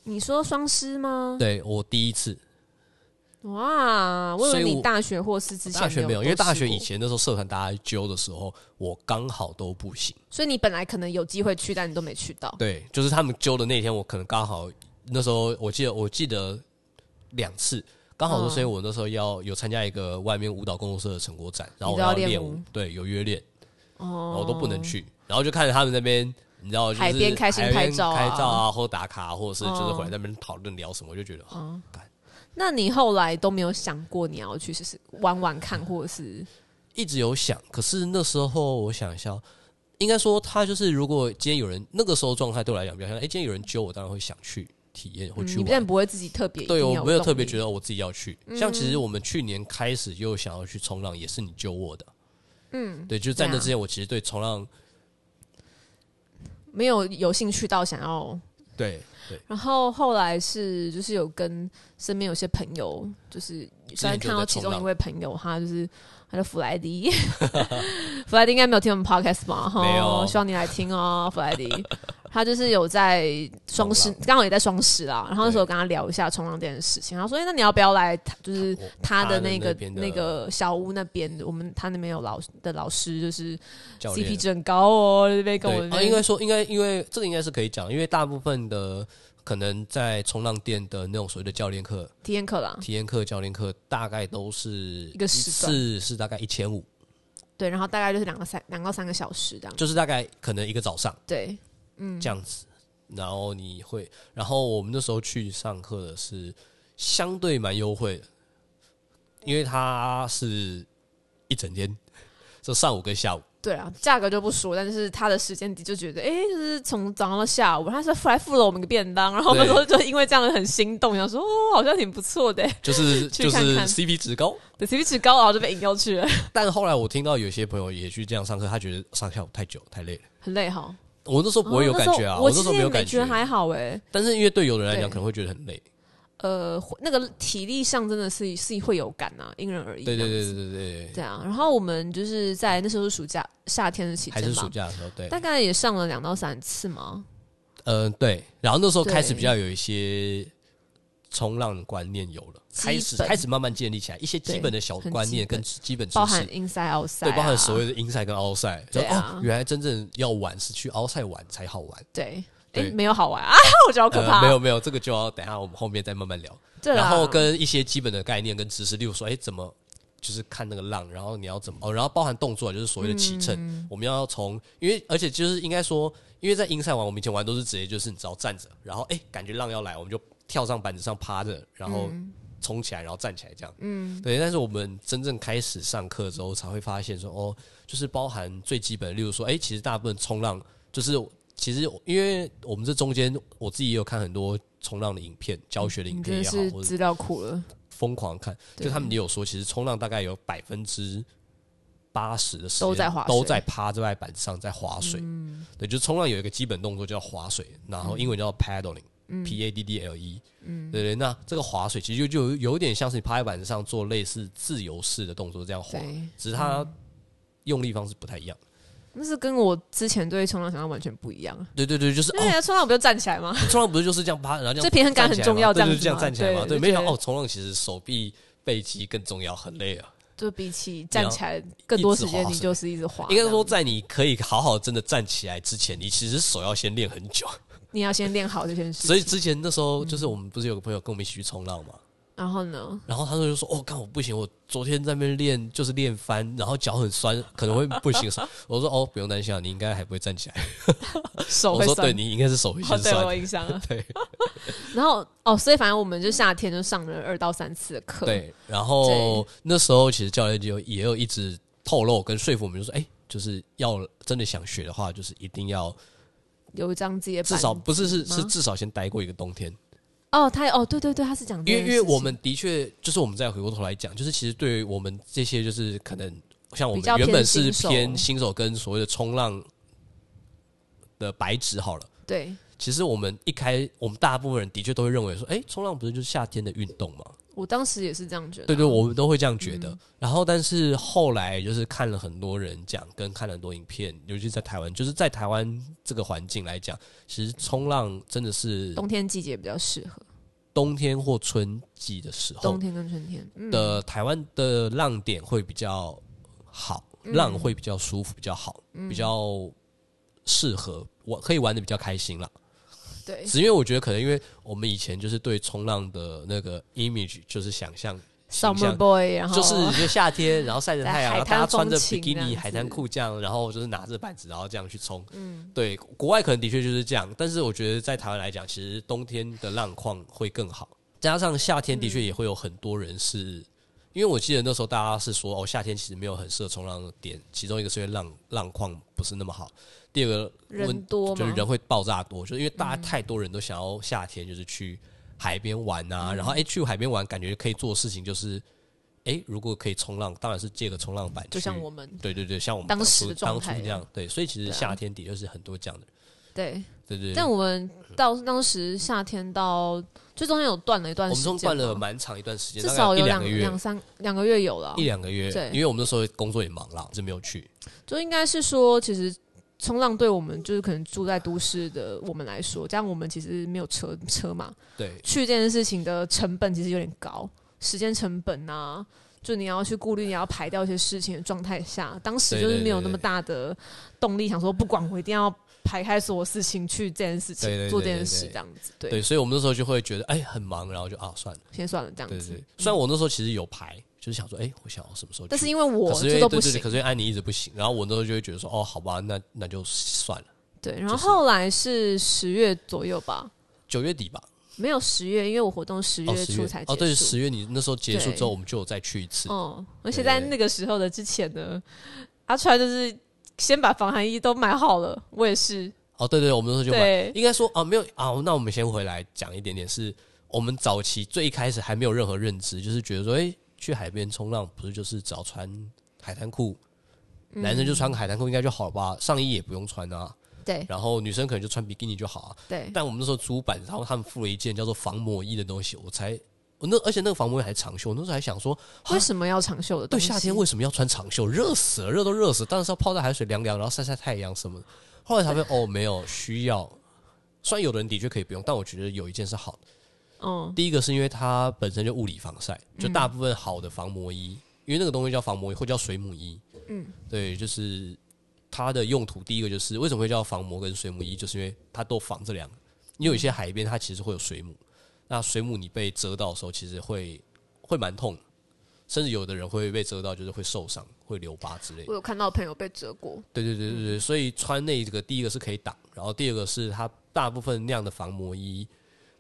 Speaker 2: 你说双师吗？
Speaker 1: 对我第一次，
Speaker 2: 哇，我以
Speaker 1: 所以
Speaker 2: 为你
Speaker 1: 我
Speaker 2: 大学或是之前
Speaker 1: 大学没有，因为大学以，
Speaker 2: 都试
Speaker 1: 前那时候社团大家揪的时候，我刚好都不行。
Speaker 2: 过所以你本来可能有机会去，但你都没去到。
Speaker 1: 对，就是他们揪的那天，我可能刚好那时候，我记得我记得两次，刚好
Speaker 2: 嗯
Speaker 1: 都是因为我那时候要有参加一个外面舞蹈工作室的成果展，然后我
Speaker 2: 你都要
Speaker 1: 练
Speaker 2: 练舞
Speaker 1: 舞，对，有约练，然后
Speaker 2: 哦
Speaker 1: 我都不能去，然后就看着他们那边。你知道，就是
Speaker 2: 海边开心
Speaker 1: 海边
Speaker 2: 拍照啊
Speaker 1: 拍照啊，或打卡，或者是就是
Speaker 2: 嗯
Speaker 1: 回来那边讨论聊什么，我就觉得啊干
Speaker 2: 那你后来都没有想过你要去试试玩玩看，或者是
Speaker 1: 一直有想，可是那时候我想一下，应该说他就是，如果今天有人那个时候状态对我来讲比较像，哎，今天有人揪我，当然会想去体验，会
Speaker 2: 嗯
Speaker 1: 去
Speaker 2: 你
Speaker 1: 玩。
Speaker 2: 真的不会自己特别
Speaker 1: 对，我没有特嗯别觉
Speaker 2: 得，
Speaker 1: 得我自己要去。像其实我们去年开始又想要去冲浪，也是你救我的。嗯，对，就是在那
Speaker 2: 对啊
Speaker 1: 之前，我其实对冲浪，
Speaker 2: 没有有兴趣到想要。
Speaker 1: 对对，
Speaker 2: 然后后来是就是有跟身边有些朋友，就是虽然
Speaker 1: 就
Speaker 2: 看
Speaker 1: 在
Speaker 2: 到其
Speaker 1: 冲
Speaker 2: 中一
Speaker 1: 浪
Speaker 2: 位朋友，他就是他叫弗莱迪， 弗莱迪应该没有听我们 podcast 吧？哈，
Speaker 1: 没有
Speaker 2: 希望你来听哦，弗莱迪。他就是有在双十
Speaker 1: 冲，
Speaker 2: 刚好也在双十啦。然后那时候
Speaker 1: 对
Speaker 2: 跟他聊一下冲浪这件事情，然后说：“哎、那你要不要来？就是
Speaker 1: 我
Speaker 2: 他的
Speaker 1: 他的
Speaker 2: 那个
Speaker 1: 那边的
Speaker 2: 那个小屋那边，我们他那边有老的老师，就是
Speaker 1: 教
Speaker 2: CP
Speaker 1: 练
Speaker 2: 值很高哦，那边跟我
Speaker 1: 对
Speaker 2: 们
Speaker 1: 啊，应该说应该因为这个应该是可以讲，因为大部分的可能在冲浪店的那种所谓的教练课、
Speaker 2: 体验课啦，
Speaker 1: 体验课、教练课，大概都是一
Speaker 2: 个时段
Speaker 1: 次是大概一千五，
Speaker 2: 对，然后大概就是两个三两到三个小时这样，
Speaker 1: 就是大概可能一个早上。
Speaker 2: 对，
Speaker 1: 这样子。然后你会，然后我们那时候去上课的是相对蛮优惠的，因为它是一整天，就上午跟下午。
Speaker 2: 对啊，价格就不说，但是他的时间的就觉得，哎、就是从早上到下午，他是还付了我们个便当，然后我们
Speaker 1: 对
Speaker 2: 说就因为这样很心动，想说哦，好像挺不错的，
Speaker 1: 就是
Speaker 2: 去
Speaker 1: 就
Speaker 2: 看
Speaker 1: 是
Speaker 2: 看
Speaker 1: CP 值高，
Speaker 2: 对，CP 值高，然后就被引诱去了，
Speaker 1: 但后来我听到有些朋友也去这样上课，他觉得上下午太久太累了。
Speaker 2: 很累哈。
Speaker 1: 我那时候不会有
Speaker 2: 哦
Speaker 1: 感
Speaker 2: 那时候
Speaker 1: 觉啊，
Speaker 2: 我
Speaker 1: 那
Speaker 2: 其
Speaker 1: 时
Speaker 2: 实
Speaker 1: 候没
Speaker 2: 也
Speaker 1: 有
Speaker 2: 没
Speaker 1: 感
Speaker 2: 觉得还好哎、
Speaker 1: 但是因为对有人来讲
Speaker 2: 对
Speaker 1: 可能会觉得很累。
Speaker 2: 呃，那个体力上真的是是会有感啊，因人而异。
Speaker 1: 对对对对对对对，
Speaker 2: 对啊，然后我们就是在那时候是暑假夏天的期
Speaker 1: 还
Speaker 2: 间
Speaker 1: 是
Speaker 2: 吧
Speaker 1: 暑，假的时候，对，
Speaker 2: 大概也上了两到三次嘛。
Speaker 1: 嗯，对，然后那时候开始
Speaker 2: 对
Speaker 1: 比较有一些冲浪的观念有了，
Speaker 2: 基
Speaker 1: 开始
Speaker 2: 本
Speaker 1: 开始慢慢建立起来一些基
Speaker 2: 对
Speaker 1: 本的小
Speaker 2: 很
Speaker 1: 观
Speaker 2: 基
Speaker 1: 念
Speaker 2: 本
Speaker 1: 跟基本知
Speaker 2: 包含
Speaker 1: 识，
Speaker 2: inside outside，、啊、
Speaker 1: 对，包含所谓的英赛跟奥赛，就
Speaker 2: 对啊
Speaker 1: 哦，原来真正要玩是去奥赛玩才好玩。
Speaker 2: 对，哎、
Speaker 1: 对呃
Speaker 2: 没有好玩啊， 我觉得好可怕、
Speaker 1: 没有没有，这个就要等一下我们后面再慢慢聊。
Speaker 2: 对啦，
Speaker 1: 然后跟一些基本的概念跟知识，例如说，哎，怎么就是看那个浪，然后你要怎么哦，然后包含动作，就是所谓的起乘，我们要从，因为而且就是应该说，因为在英赛玩，我们以前玩都是直接就是你只要站着，然后哎感觉浪要来，我们就跳上板子上趴着，然后冲起来，然后站起来这样。嗯，对。但是我们真正开始上课之后，才会发现说，哦，就是包含最基本的，例如说，哎，其实大部分冲浪就是。其实，因为我们这中间，我自己也有看很多冲浪的影片、教学的影
Speaker 2: 嗯你
Speaker 1: 片
Speaker 2: 真的
Speaker 1: 也啊好，
Speaker 2: 是
Speaker 1: 或者
Speaker 2: 资料库了，
Speaker 1: 疯狂看，
Speaker 2: 对
Speaker 1: 就他们也有说，其实冲浪大概有百分之八十的时间
Speaker 2: 都在划水嗯
Speaker 1: 都在趴在板子上在划水。对，就是冲浪有一个基本动作叫划水，然后英文叫
Speaker 2: 嗯
Speaker 1: paddling，P、A D D L E。嗯，对对，那这个划水其实就就有点像是你趴在板子上做类似自由式的动作这样划，
Speaker 2: 对，嗯
Speaker 1: 只是它用力方式不太一样。
Speaker 2: 那是跟我之前对冲浪想象完全不一样啊。
Speaker 1: 对对对，就是
Speaker 2: 对
Speaker 1: 哦，
Speaker 2: 啊，冲浪不就站起 来吗？
Speaker 1: 冲浪不是就是这样趴，然后这
Speaker 2: 所以
Speaker 1: 样
Speaker 2: 平衡感很重要，
Speaker 1: 这
Speaker 2: 样
Speaker 1: 就
Speaker 2: 子
Speaker 1: 是这样
Speaker 2: 嘛
Speaker 1: 站起来嘛。对，
Speaker 2: 对，
Speaker 1: 没想到
Speaker 2: 对
Speaker 1: 哦，，冲浪其实手臂、背肌更重要，很累啊。
Speaker 2: 就比起站起来更多时
Speaker 1: 一直
Speaker 2: 间，
Speaker 1: 滑
Speaker 2: 你就是一直滑。
Speaker 1: 应该说，
Speaker 2: 这样
Speaker 1: 在你可以好好真的站起来之前，你其实手要先练很 久。
Speaker 2: 你要先练好这件事。
Speaker 1: 所以之前那时候，就是我们不是有个朋友跟我们一起去冲浪嘛，
Speaker 2: 然后呢，
Speaker 1: 然后他就说：“哦，干我不行，我昨天在那边练就是练翻，然后脚很酸，可能会不 行。”我说：“哦，不用担心啊，你应该还不会站起来。
Speaker 2: 手”
Speaker 1: 我
Speaker 2: 会
Speaker 1: 说：“
Speaker 2: 酸
Speaker 1: 对，。你应该是手会
Speaker 2: 哦
Speaker 1: 先，
Speaker 2: 对我
Speaker 1: 酸。。
Speaker 2: 有印象了
Speaker 1: 对
Speaker 2: 然后哦，所以反正我们就夏天就上了二到三次的课。，
Speaker 1: 对，然后那时候其实教练就也有一直透露跟说服我们，就说：“哎、就是要真的想学的话，就是一定要
Speaker 2: 有一张自己的
Speaker 1: 至
Speaker 2: 板
Speaker 1: 少不是是
Speaker 2: 吗
Speaker 1: 是至少先待过一个冬天。”
Speaker 2: 哦，他哦，对对对，他是讲这
Speaker 1: 因为
Speaker 2: 件
Speaker 1: 因
Speaker 2: 事情，
Speaker 1: 为我们的确就是我们再回过头来讲，就是其实对于我们这些就是可能像我们
Speaker 2: 比较偏
Speaker 1: 原本是
Speaker 2: 新手
Speaker 1: 偏新手跟所谓的冲浪的白纸好了，
Speaker 2: 对
Speaker 1: 其实我们一开我们大部分人的确都会认为说，哎、冲浪不是就是夏天的运动吗？
Speaker 2: 我当时也是这样觉得啊。
Speaker 1: 对对，我们都会这样觉
Speaker 2: 嗯
Speaker 1: 得。然后，但是后来就是看了很多人讲，跟看了很多影片，尤其在台湾，就是在台湾这个环境来讲，其实冲浪真的是
Speaker 2: 冬天季节比较适合，
Speaker 1: 冬天或春季的时候
Speaker 2: 冬，天跟春天。嗯，
Speaker 1: 的台湾的浪点会比较好，浪会比较舒服，比较好，比较适合我可以玩的比较开心啦。
Speaker 2: 对，
Speaker 1: 只因为我觉得可能因为我们以前就是对冲浪的那个 image 就是想象。形
Speaker 2: Summer
Speaker 1: 象
Speaker 2: Boy，然后
Speaker 1: 就是就夏天，然后晒着
Speaker 2: 在
Speaker 1: 太阳，
Speaker 2: 海
Speaker 1: 然后大家
Speaker 2: 滩
Speaker 1: 穿着
Speaker 2: 风
Speaker 1: 比
Speaker 2: 情
Speaker 1: 基
Speaker 2: 这样
Speaker 1: 尼、
Speaker 2: 子
Speaker 1: 海滩裤这样，然后就是拿着板子，然后这样去冲。嗯，对，国外可能的确就是这样，但是我觉得在台湾来讲，其实冬天的浪况会更好，加上夏天
Speaker 2: 嗯
Speaker 1: 的确也会有很多人是。因为我记得那时候大家是说，哦，夏天其实没有很适合冲浪的点，其中一个是因为浪浪况不是那么好，第二个
Speaker 2: 人
Speaker 1: 温
Speaker 2: 多嗯
Speaker 1: 就是
Speaker 2: 嘛，
Speaker 1: 人会爆炸多，就是因为大家太多人都想要夏天就是去海边玩
Speaker 2: 嗯
Speaker 1: 啊，然后哎、诶去海边玩，感觉可以做的事情就是，哎、如果可以冲浪，当然是借个冲浪板去，
Speaker 2: 就像我们
Speaker 1: 对对对，像我们
Speaker 2: 当时
Speaker 1: 初
Speaker 2: 的状
Speaker 1: 当初
Speaker 2: 态一
Speaker 1: 这
Speaker 2: 样
Speaker 1: 样，对，所以其实
Speaker 2: 对啊
Speaker 1: 夏天的确是很多这样的人，
Speaker 2: 对，
Speaker 1: 对对对。
Speaker 2: 但我们到当时夏天到，就中间有断了一段
Speaker 1: 我
Speaker 2: 时
Speaker 1: 们
Speaker 2: 间
Speaker 1: 中
Speaker 2: 嘛，
Speaker 1: 断了蛮长一段时间，
Speaker 2: 至
Speaker 1: 大概
Speaker 2: 少
Speaker 1: 一
Speaker 2: 有
Speaker 1: 两个月
Speaker 2: 两，三两个月有了啊，
Speaker 1: 一两个月，
Speaker 2: 对
Speaker 1: 因为我们那时候工作也忙啦，就没有去。
Speaker 2: 就应该是说，其实冲浪对我们就是可能住在都市的我们来说，这样我们其实没有车车嘛，
Speaker 1: 对，
Speaker 2: 去这件事情的成本其实有点高，时间成本啊，就你要去顾虑，你要排掉一些事情的状态下，当时就是没有那么大的动力，想说不管我一定要排开所有事情去这件事情
Speaker 1: 对对对
Speaker 2: 做这件事
Speaker 1: 对对
Speaker 2: 这样子，对，
Speaker 1: 对，所以我们那时候就会觉得，哎，很忙，然后就啊，算了。
Speaker 2: 先算了这样
Speaker 1: 对
Speaker 2: 子。
Speaker 1: 对对，虽然我那时候其实有排，就是想说，哎，我想要什么时候去，
Speaker 2: 嗯但是因为我
Speaker 1: 可是因
Speaker 2: 这
Speaker 1: 为
Speaker 2: 都
Speaker 1: 对
Speaker 2: 不
Speaker 1: 对
Speaker 2: 行
Speaker 1: 对，，可是因为安妮一直不行，然后我那时候就会觉得说，哦，好吧，那那就算了，
Speaker 2: 对。然后后来是十月左右吧，
Speaker 1: 九月底吧，
Speaker 2: 没有十月，因为我活动十
Speaker 1: 哦，
Speaker 2: 月
Speaker 1: 十
Speaker 2: 初
Speaker 1: 月
Speaker 2: 才结束。
Speaker 1: 哦，对，十月你那时候结束之后，
Speaker 2: 对
Speaker 1: 我们就有再去一次，
Speaker 2: 哦，
Speaker 1: 对
Speaker 2: 而且在
Speaker 1: 对
Speaker 2: 那个时候的之前呢，阿川就是先把防寒衣都买好了，我也是，
Speaker 1: 哦，对对，我们那时候就买，
Speaker 2: 对
Speaker 1: 应该说啊，没有啊，那我们先回来讲一点点是，我们早期最一开始还没有任何认知，就是觉得说，哎，去海边冲浪不是就是只要穿海滩裤，
Speaker 2: 嗯
Speaker 1: 男生就穿个海滩裤应该就好了吧，上衣也不用穿啊，
Speaker 2: 对
Speaker 1: 然后女生可能就穿比基尼就好啊，
Speaker 2: 对
Speaker 1: 但我们那时候租板，然后他们附了一件叫做防磨衣的东西，我才我那而且那个防磨衣还长袖，我那时候还想说，
Speaker 2: 为什么要长袖的
Speaker 1: 对
Speaker 2: 东西？
Speaker 1: 夏天为什么要穿长袖？热死了，热都热死，当然是要泡在海水凉凉，然后晒晒太阳什么的。后来才发现哦，没有需要。虽然有的人的确可以不用，但我觉得有一件是好的。
Speaker 2: 嗯，
Speaker 1: 第一个是因为它本身就物理防晒，就大部分好的防磨衣，因为那个东西叫防磨衣或叫水母衣，嗯，对，就是它的用途。第一个就是为什么会叫防磨跟水母衣，就是因为它都防这两个。因为有一些海边它其实会有水母，那水母你被蛰到的时候，其实会会蛮痛，甚至有的人会被蛰到，就是会受伤、会留疤之类的
Speaker 2: 我。有看到朋友被折过，
Speaker 1: 对对
Speaker 2: 嗯
Speaker 1: 对对对，所以穿那个第一个是可以挡，然后第二个是它大部分那样的防磨衣，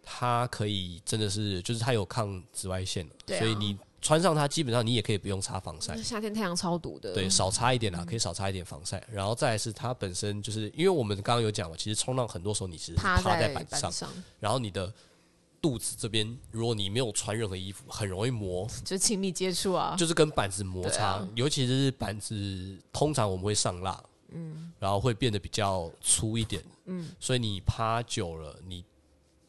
Speaker 1: 它可以真的是就是它有抗紫外线的，
Speaker 2: 对啊嗯
Speaker 1: 所以你穿上它基本上你也可以不用擦防晒
Speaker 2: 那，夏天太阳超毒的，
Speaker 1: 对，少擦一点啦，可以少擦一点防晒。然后再来是它本身就是因为我们刚刚有讲嘛，其实冲浪很多时候你其实是
Speaker 2: 趴
Speaker 1: 趴
Speaker 2: 在
Speaker 1: 在板
Speaker 2: 板
Speaker 1: 上，
Speaker 2: 上，
Speaker 1: 然后你的肚子这边如果你没有穿任何衣服，很容易磨
Speaker 2: 就是亲密接触啊，
Speaker 1: 就是跟板子摩
Speaker 2: 对
Speaker 1: 擦，
Speaker 2: 啊
Speaker 1: 尤其是板子，通常我们会上蜡，嗯，然后会变得比较粗一点，嗯，所以你趴久了，你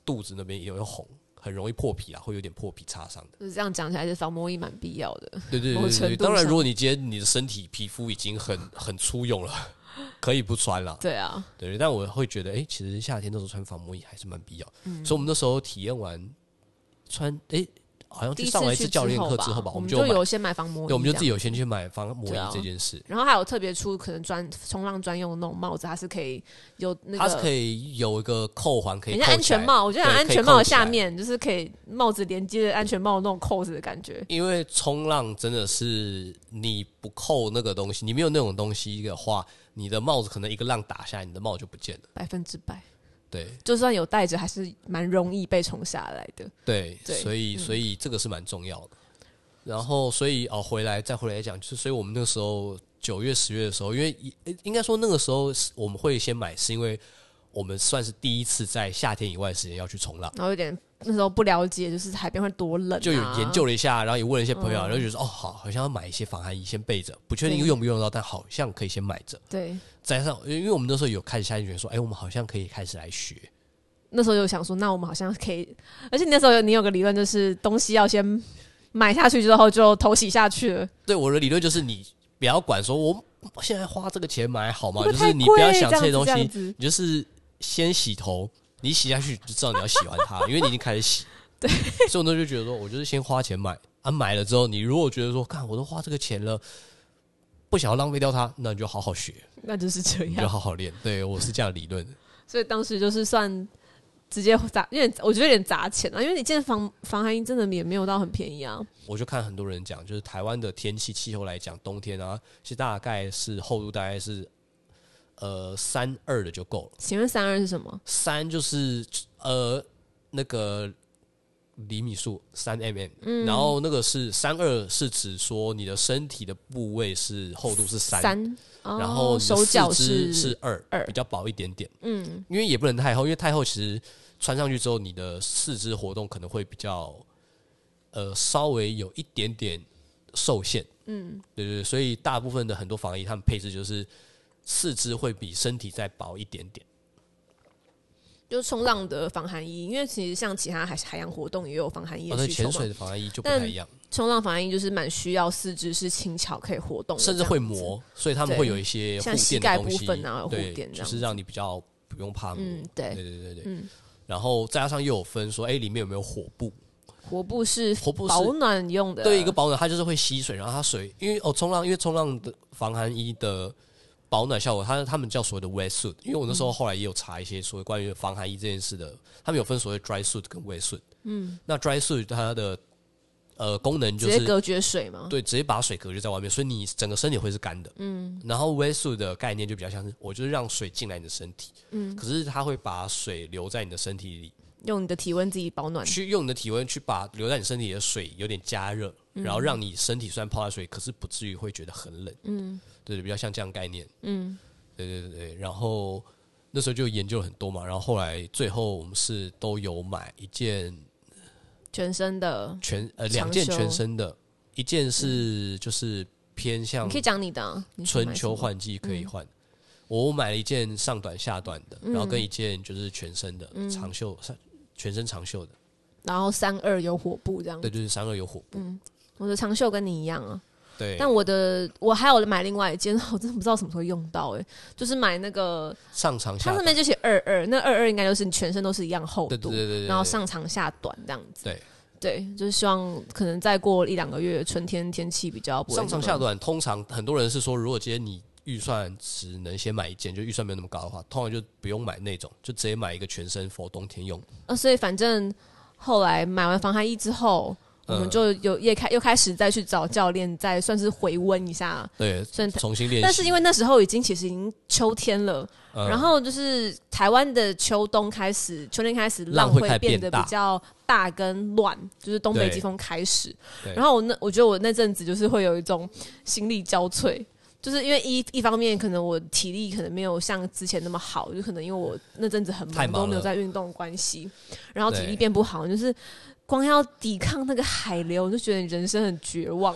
Speaker 1: 肚子那边也会红，很容易破皮啊，会有点破皮擦伤的。
Speaker 2: 就是这样讲起来，是防磨衣蛮必要的。
Speaker 1: 对对
Speaker 2: 某
Speaker 1: 对
Speaker 2: 程
Speaker 1: 对对，
Speaker 2: 度
Speaker 1: 当然，
Speaker 2: 上
Speaker 1: 如果你今天你的身体皮肤已经很很粗勇了， 可以不穿啦。
Speaker 2: 对啊，
Speaker 1: 对，但我会觉得，哎、其实夏天那时候穿防摸衣还是蛮必要。
Speaker 2: 嗯
Speaker 1: 所以我们那时候体验完穿，哎、好像
Speaker 2: 第
Speaker 1: 去
Speaker 2: 一
Speaker 1: 上了一
Speaker 2: 去
Speaker 1: 次教练课之
Speaker 2: 之
Speaker 1: 后吧，
Speaker 2: 吧，我
Speaker 1: 们
Speaker 2: 们
Speaker 1: 就
Speaker 2: 就
Speaker 1: 买，
Speaker 2: 有先买防磨
Speaker 1: 对，我们就自己
Speaker 2: 己。
Speaker 1: 有先去买防摸
Speaker 2: 对
Speaker 1: 衣
Speaker 2: 啊
Speaker 1: 这件事。
Speaker 2: 然后还有特别出可能专冲浪专用的那种帽子，它是可以有那个
Speaker 1: 它是可以有一个扣环，可以
Speaker 2: 很像
Speaker 1: 扣
Speaker 2: 安
Speaker 1: 起来
Speaker 2: 全帽，我觉得很像
Speaker 1: 对
Speaker 2: 安
Speaker 1: 可以
Speaker 2: 全帽
Speaker 1: 扣
Speaker 2: 的
Speaker 1: 起
Speaker 2: 下
Speaker 1: 来
Speaker 2: 面就是可以帽子连接着安全帽的那种扣子的感觉。
Speaker 1: 因为冲浪真的是你不扣那个东西，你没有那种东西的话，你的帽子可能一个浪打下来，你的帽子就不见了。
Speaker 2: 百分之百，
Speaker 1: 对
Speaker 2: 就算有带着，还是蛮容易被冲下来的。
Speaker 1: 对，
Speaker 2: 对嗯
Speaker 1: 所以所以这个是蛮重要的。然后所以哦，回来再回来讲，就是所以我们那个时候九月十月的时候，因为一诶应该说那个时候是我们会先买，是因为我们算是第一次在夏天以外的时间要去冲浪。
Speaker 2: 然后有点那时候不了解，就是海边会多冷、啊，嗯
Speaker 1: 就有研究了一下，然后也问了一些朋友，然后就说哦，好，好像要买一些防寒衣先备着，不确定
Speaker 2: 对
Speaker 1: 用不用得到，但好像可以先买着。
Speaker 2: 对，
Speaker 1: 再加上，因为我们那时候有开始下定决心说，哎、我们好像可以开始来学。
Speaker 2: 那时候有想说，那我们好像可以，而且你那时候有你有个理论，就是东西要先买下去之后就投洗下去了，
Speaker 1: 对我的理论就是，你不要管说我我现在花这个钱买好吗？
Speaker 2: 会
Speaker 1: 就
Speaker 2: 不会
Speaker 1: 是
Speaker 2: 太
Speaker 1: 你不要
Speaker 2: 贵
Speaker 1: 想
Speaker 2: 这
Speaker 1: 些
Speaker 2: 样
Speaker 1: 东西，
Speaker 2: 子这样
Speaker 1: 你
Speaker 2: 子
Speaker 1: 就是先洗头，你洗下去就知道你要喜欢它，因为你已经开始 洗。对，所以我那时候就觉得说，我就是先花钱买啊，买了之后，你如果觉得说，看我都花这个钱了。不想要浪费掉它，那你就好好学，
Speaker 2: 那就是这
Speaker 1: 你就
Speaker 2: 样。
Speaker 1: 好好练。对我是这样的理论的，
Speaker 2: 所以当时就是算直接砸，因为我觉得有点砸钱啊，因为你件防防寒衣真的也没有到很便宜啊，
Speaker 1: 我就看很多人讲，就是台湾的天气气候来讲，冬天啊，其实大概是厚度大概是呃三二的就够了，
Speaker 2: 请问三二是什么？
Speaker 1: 三就是呃那个厘米数三 mm，、然后那个是三二是指说你的身体的部位是厚度是三，
Speaker 2: 三，哦
Speaker 1: 然后你的
Speaker 2: 手脚
Speaker 1: 四肢
Speaker 2: 是
Speaker 1: 是二，
Speaker 2: 二
Speaker 1: 比较薄一点点，
Speaker 2: 嗯，
Speaker 1: 因为也不能太厚，因为太厚其实穿上去之后，你的四肢活动可能会比较呃稍微有一点点受限。嗯，对对对，所以大部分的很多防疫，他们配置就是四肢会比身体再薄一点点。
Speaker 2: 就是冲浪的防寒衣，因为其实像其他海海洋活动也有防寒衣
Speaker 1: 哦，
Speaker 2: 的
Speaker 1: 对，
Speaker 2: 需求
Speaker 1: 潜
Speaker 2: 嘛。
Speaker 1: 水的防寒衣就不
Speaker 2: 但
Speaker 1: 太一样，
Speaker 2: 冲浪防寒衣就是蛮需要四肢是轻巧可以活动的这
Speaker 1: 甚
Speaker 2: 样子，
Speaker 1: 至会磨，所以他们
Speaker 2: 对
Speaker 1: 会有一些护
Speaker 2: 像膝
Speaker 1: 垫
Speaker 2: 盖
Speaker 1: 的东
Speaker 2: 部
Speaker 1: 西，
Speaker 2: 分啊有护
Speaker 1: 对
Speaker 2: 垫，这
Speaker 1: 就
Speaker 2: 样
Speaker 1: 是让你比较不用怕磨。
Speaker 2: 嗯，对，
Speaker 1: 对对对对，
Speaker 2: 嗯
Speaker 1: 然后再加上又有分说，哎、里面有没有火布？
Speaker 2: 活布是
Speaker 1: 活布是
Speaker 2: 保暖用的，
Speaker 1: 对一个保暖，它就是会吸水，然后它水，因为哦冲浪，因为冲浪的防寒衣的保暖效果，它他们叫所谓的 wet suit。因为我那时候后来也有查一些所谓关于防寒衣这件事的，他们有分所谓 dry suit 跟 wet suit。嗯，那 dry suit 它的呃功能就
Speaker 2: 直接
Speaker 1: 是
Speaker 2: 隔绝水嘛，
Speaker 1: 对直接把水隔绝在外面，所以你整个身体会是干的。嗯，然后 wet suit 的概念就比较像是我就是让水进来你的身体，嗯，可是它会把水留在你的身体里，
Speaker 2: 用你的体温自己保暖。
Speaker 1: 去用你的体温去把留在你身体的水有点加热，
Speaker 2: 嗯
Speaker 1: 然后让你身体虽然泡在水，可是不至于会觉得很冷。嗯，对，比较像这样概念。嗯，对对对对。然后那时候就研究了很多嘛，然后后来最后我们是都有买一件
Speaker 2: 全身的，
Speaker 1: 全呃
Speaker 2: 长
Speaker 1: 两件
Speaker 2: 袖
Speaker 1: 全身的，一件是就是偏向
Speaker 2: 你可以讲你的、啊，你想买
Speaker 1: 春秋
Speaker 2: 什么嗯
Speaker 1: 换季可以换。我买了一件上短下短的，然后跟一件就是全身的、长袖，全身长袖的，
Speaker 2: 然后三二有火布这样
Speaker 1: 对，。就是三二有火布，
Speaker 2: 嗯我的长袖跟你一样啊，
Speaker 1: 对。
Speaker 2: 但我的我还有买另外一件，我真的不知道什么时候用到哎、就是买那个
Speaker 1: 上长
Speaker 2: 它
Speaker 1: 下
Speaker 2: 上面就写二二，那二二应该就是你全身都是一样厚度，
Speaker 1: 对对对对对
Speaker 2: 然后上长下短这样子。
Speaker 1: 对
Speaker 2: 对，就是希望可能再过一两个月，春天天气比较不会
Speaker 1: 上长
Speaker 2: 那么
Speaker 1: 下短，通常很多人是说，如果今天你预算只能先买一件，就预算没有那么高的话，通常就不用买那种，就直接买一个全身佛冬天用。
Speaker 2: 呃，所以反正后来买完防寒衣之后，我
Speaker 1: 嗯
Speaker 2: 们就有也开又开始再去找教练，再算是回温一下。
Speaker 1: 对，
Speaker 2: 所以
Speaker 1: 重新练习。呃
Speaker 2: 但是
Speaker 1: 为、
Speaker 2: 因为那时候已经其实已经秋天了，
Speaker 1: 嗯
Speaker 2: 然后就是台湾的秋冬开始，秋天开始浪
Speaker 1: 浪会
Speaker 2: 会
Speaker 1: 开始
Speaker 2: 变
Speaker 1: 变
Speaker 2: 得比
Speaker 1: 大
Speaker 2: 较大跟乱，就是东北
Speaker 1: 对
Speaker 2: 季风开始。
Speaker 1: 对
Speaker 2: 然后我那我觉得我那阵子就是会有一种心力交瘁。就是因为一一方面，可能我体力可能没有像之前那么好，就可能因为我那阵子很
Speaker 1: 太
Speaker 2: 忙，
Speaker 1: 忙
Speaker 2: 都没有
Speaker 1: 了
Speaker 2: 在运动的关系，然后体力
Speaker 1: 对
Speaker 2: 变不好，就是光要抵抗那个海流，我就觉得人生很绝望。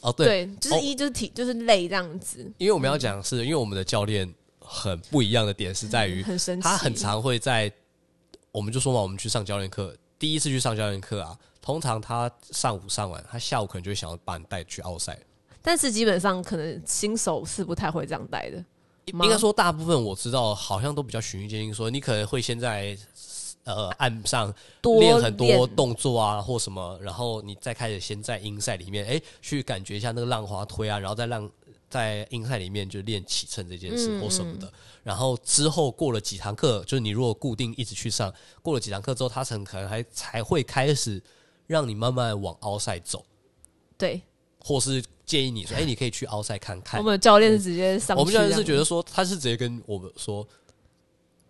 Speaker 1: 哦 对，
Speaker 2: 对，就是
Speaker 1: 哦
Speaker 2: 一就是体就是累这样子，
Speaker 1: 因为我们要讲的是，因为我们的教练很不一样的点是在于，
Speaker 2: 嗯很神奇。
Speaker 1: 他很常会在，我们就说嘛，我们去上教练课，第一次去上教练课啊，通常他上午上完，他下午可能就会想要把你带去奥赛。
Speaker 2: 但是基本上可能新手是不太会这样带的，
Speaker 1: 应该说大部分我知道好像都比较循序渐进，说你可能会先在呃岸上
Speaker 2: 多
Speaker 1: 练很多
Speaker 2: 练
Speaker 1: 动作啊或什么，然后你再开始先在英赛里面哎、去感觉一下那个浪花推啊，然后再让在英赛里面就练起乘这件事
Speaker 2: 嗯
Speaker 1: 或什么的。然后之后过了几堂课，就是你如果固定一直去上，过了几堂课之后，他很可能还才会开始让你慢慢往奥赛走，
Speaker 2: 对，
Speaker 1: 或是建议你
Speaker 2: 嗯
Speaker 1: 说哎、你可以去奥赛看看
Speaker 2: 我。们的教练是直接上
Speaker 1: 嗯
Speaker 2: 去
Speaker 1: 我们
Speaker 2: 这
Speaker 1: 教
Speaker 2: 样，
Speaker 1: 练是觉得说，他是直接跟我们说，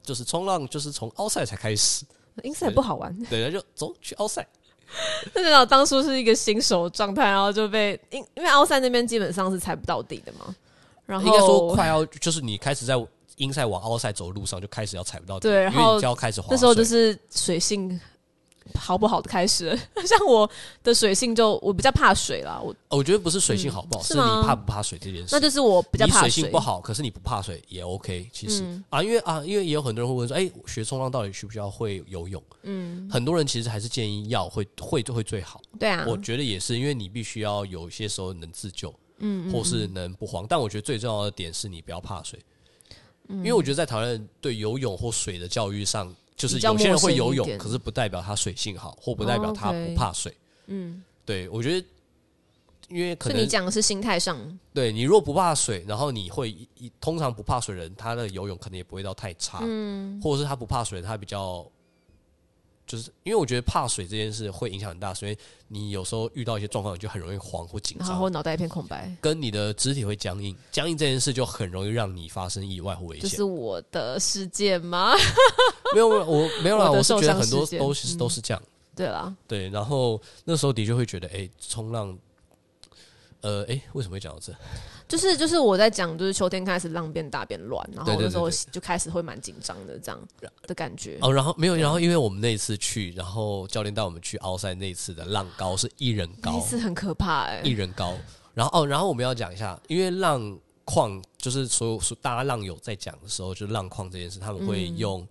Speaker 1: 就是冲浪就是从奥赛才开始，
Speaker 2: inside 不好玩，
Speaker 1: 对，他就走去奥赛，
Speaker 2: 那就老当初是一个新手状态，然后就被因因为奥赛那边基本上是踩不到底的嘛，然后
Speaker 1: 应该说快要就是你开始在英赛往奥赛走的路上就开始要踩不到底，
Speaker 2: 对然后
Speaker 1: 因为你就要开始滑水，
Speaker 2: 那时候就是水性好不好的开始了， 像我的水性就我比较怕水啦，我
Speaker 1: 哦我觉得不是水性好不好，
Speaker 2: 嗯
Speaker 1: 是
Speaker 2: 是
Speaker 1: 你
Speaker 2: 吗
Speaker 1: 怕不怕水这件事
Speaker 2: 那。就是我比较
Speaker 1: 你
Speaker 2: 怕嗯
Speaker 1: 水性不好，可是你不怕水也 OK。其实、啊，因为啊，因为也有很多人会问说，哎、学冲浪到底需不需要会游泳？嗯，很多人其实还是建议要会会就会最好。
Speaker 2: 对啊，
Speaker 1: 我觉得也是，因为你必须要有些时候能自救，嗯，或是能不慌。但我觉得最重要的点是你不要怕水，
Speaker 2: 嗯
Speaker 1: 因为我觉得在台湾人对游泳或水的教育上，就是
Speaker 2: 比较
Speaker 1: 有些人
Speaker 2: 陌生
Speaker 1: 会游
Speaker 2: 一
Speaker 1: 泳，
Speaker 2: 点
Speaker 1: 可是不代表他水性好，或不代表他
Speaker 2: 哦，OK
Speaker 1: 不怕水。
Speaker 2: 嗯，
Speaker 1: 对，我觉得。因为可
Speaker 2: 所以
Speaker 1: 能
Speaker 2: 你讲的是心态上，
Speaker 1: 对你若不怕水，然后你会一一通常不怕水的人，他的游泳可能也不会到太差，嗯，或者是他不怕水，他比较就是因为我觉得怕水这件事会影响很大，所以你有时候遇到一些状况，你就很容易慌或紧
Speaker 2: 然后
Speaker 1: 张，
Speaker 2: 我脑袋一片空白，
Speaker 1: 跟你的肢体会僵硬，僵硬这件事就很容易让你发生意外或危
Speaker 2: 这
Speaker 1: 险。
Speaker 2: 是我的世界吗？
Speaker 1: 没有，没有我没有啦，
Speaker 2: 我的
Speaker 1: 我是
Speaker 2: 受
Speaker 1: 觉得
Speaker 2: 伤
Speaker 1: 很多
Speaker 2: 事件嗯
Speaker 1: 都是都是这样，
Speaker 2: 对啦，
Speaker 1: 对。然后那时候的确会觉得，哎、冲浪，呃，哎、为什么会讲到这？
Speaker 2: 就是就是我在讲，就是秋天开始浪变大变乱，然后
Speaker 1: 对
Speaker 2: 我
Speaker 1: 对
Speaker 2: 那时候
Speaker 1: 对
Speaker 2: 就开始会蛮紧张的这样的感觉。啊
Speaker 1: 哦，然后没有，然后因为我们那一次去，然后教练带我们去奥赛那一次的浪高是一人
Speaker 2: 那一
Speaker 1: 高，
Speaker 2: 次很可怕哎、
Speaker 1: 一人高。然后哦，然后我们要讲一下，因为浪况就是所有所大家浪友在讲的时候，就是浪况这件事，他们会用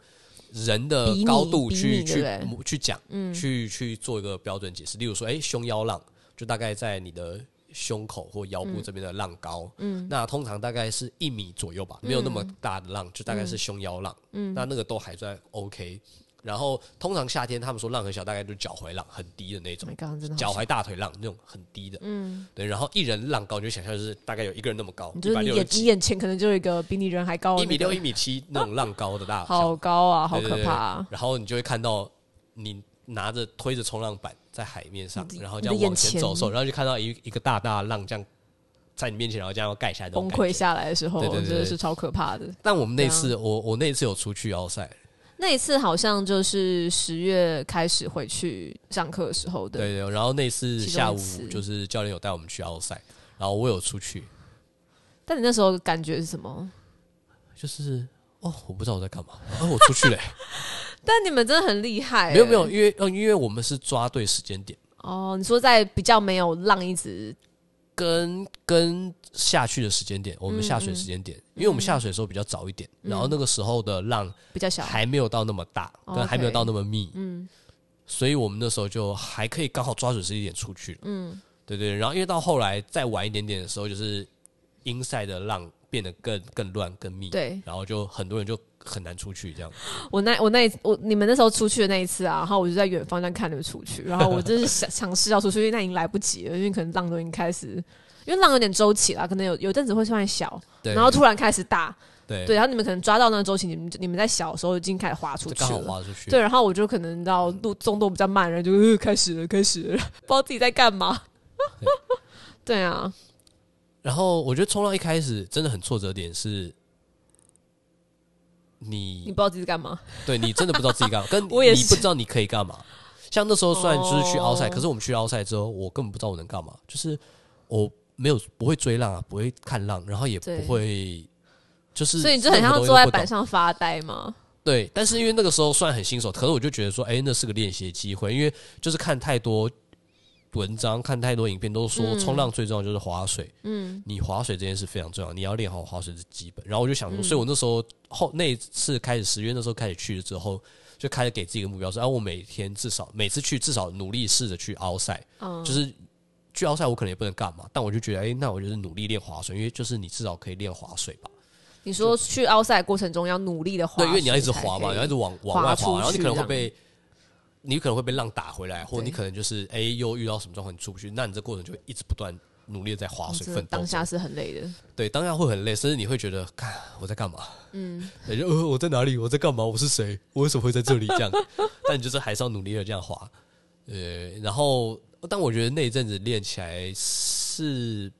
Speaker 1: 人的
Speaker 2: 比拟
Speaker 1: 高度
Speaker 2: 嗯比
Speaker 1: 去
Speaker 2: 拟对
Speaker 1: 去
Speaker 2: 不对嗯
Speaker 1: 模去讲，去去做一个标准解释。例如说，哎，胸腰浪就大概在你的。胸口或腰部这边的浪高，嗯，那通常大概是一米左右吧，没有那么大的浪，就大概是胸腰浪，嗯，那那个都还算 OK。然后通常夏天他们说浪很小，大概就是脚踝浪，很低的那种
Speaker 2: Oh，my Oh god，真的
Speaker 1: 脚
Speaker 2: 好
Speaker 1: 踝、大腿浪那种很低的，嗯，对，然后一人浪高，你就想象就是大概有一个人那么高，
Speaker 2: 你
Speaker 1: 一
Speaker 2: 就是
Speaker 1: 百
Speaker 2: 你
Speaker 1: 六
Speaker 2: 眼你
Speaker 1: 十
Speaker 2: 眼前可能就有一个比你人还高的
Speaker 1: 一米
Speaker 2: 那个
Speaker 1: 六、一米七那种浪高的大小，
Speaker 2: 好高啊，好
Speaker 1: 对对
Speaker 2: 可
Speaker 1: 对
Speaker 2: 怕、啊！
Speaker 1: 然后你就会看到你拿着推着冲浪板在海面上，然后这样
Speaker 2: 你的
Speaker 1: 往
Speaker 2: 眼
Speaker 1: 前
Speaker 2: 前
Speaker 1: 走的时候，然后就看到一一个大大的浪这样在你面前，然后这样要盖下来，
Speaker 2: 崩溃。下来的时候，
Speaker 1: 对对对对
Speaker 2: 真的是超可怕的。
Speaker 1: 但我们那次，
Speaker 2: 啊
Speaker 1: 我我那次有出去奥赛，
Speaker 2: 那一次好像就是十月开始回去上课的时候的，
Speaker 1: 对对，然后那次
Speaker 2: 其中一
Speaker 1: 下午
Speaker 2: 次
Speaker 1: 就是教练有带我们去奥赛，然后我有出去，
Speaker 2: 但你那时候感觉是什么？
Speaker 1: 就是哦，我不知道我在干嘛，哦，我出去嘞、
Speaker 2: 但你们真的很厉害欸、
Speaker 1: 没有没有，因为呃，因为我们是抓对时间点，
Speaker 2: 哦，你说在比较没有浪一直
Speaker 1: 跟跟下去的时间点，我们下
Speaker 2: 嗯
Speaker 1: 水的时间点，因为我们下水的时候比较早一点，然后那个时候的浪
Speaker 2: 比较小，
Speaker 1: 还没有到那么大，
Speaker 2: 哦
Speaker 1: 跟
Speaker 2: OK
Speaker 1: 还没有到那么密，
Speaker 2: 嗯
Speaker 1: 所以我们那时候就还可以刚好抓准时间点出去，
Speaker 2: 嗯，
Speaker 1: 对对。然后因为到后来再晚一点点的时候，就是英赛的浪变得更更乱更密，，
Speaker 2: 对
Speaker 1: 然后就很多人就很难出去这样。
Speaker 2: 我那我那一我你们那时候出去的那一次啊，然后我就在远方在看你们出去，然后我就是想 尝试要出去，因为那已经来不及了，因为可能浪都已经开始，因为浪有点周期啦，可能有有一阵子会突然小，
Speaker 1: 对，
Speaker 2: 然后突然开始大，
Speaker 1: 对
Speaker 2: 对，然啊后你们可能抓到那个周期，你们你们在小的时候已经开始滑出
Speaker 1: 就
Speaker 2: 去
Speaker 1: 刚好
Speaker 2: 了。
Speaker 1: 滑出去，
Speaker 2: 对，然后我就可能到路中动比较慢，然后就、呃开始了，开始了，不 知道自己在干嘛。 对啊，
Speaker 1: 然后我觉得冲浪一开始真的很挫折的点是你，
Speaker 2: 你不知道自己在干嘛。
Speaker 1: 对你真的不知道自 己干嘛，跟
Speaker 2: 我也
Speaker 1: 你
Speaker 2: 是
Speaker 1: 不知道你可以干嘛。像那时候虽然就是去
Speaker 2: 哦
Speaker 1: 奥赛，可是我们去奥赛之后，我根本不知道我能干嘛，就是我没有不会追浪啊，不会看浪，然后也
Speaker 2: 对
Speaker 1: 不会。就是，
Speaker 2: 所以你就很像坐在板。上发呆嘛。
Speaker 1: 对，但是因为那个时候算很新手，可是我就觉得说，哎、那是个练习的机会，因为就是看太多文章，看太多影片，都说冲浪最重要就是划水。嗯，你划水这件事非常重要，你要练好划水是基本。然后我就想说，所以我那时候后那一次开始十月那时候开始去了之后，就开始给自己一个目标，说，哎、我每天至少每次去至少努力试着去凹赛，
Speaker 2: 嗯，
Speaker 1: 就是。去奥赛我可能也不能干嘛，但我就觉得，哎、那我就是努力练划水，因为就是你至少可以练划水吧。
Speaker 2: 你说去奥赛过程中要努力的滑，
Speaker 1: 对，因为你要一直滑嘛，你要一直往往外
Speaker 2: 滑出
Speaker 1: 滑，然后你
Speaker 2: 去
Speaker 1: 可能会
Speaker 2: 这样
Speaker 1: 被，你可能会被浪打回来，或
Speaker 2: 对
Speaker 1: 你可能就是哎、又遇到什么状况你出不去，那你这过程就会一直不断努力的在划
Speaker 2: 哦
Speaker 1: 水
Speaker 2: 真
Speaker 1: 奋
Speaker 2: 的
Speaker 1: 斗。
Speaker 2: 当下是很累的，
Speaker 1: 对，当下会很累，甚至你会觉得，看我在干嘛？嗯，就呃我在哪里？我在干嘛？我是谁？我为什么会在这里？这样，但你就是还是要努力的这样滑。呃，然后，但我觉得那一阵子练起来是，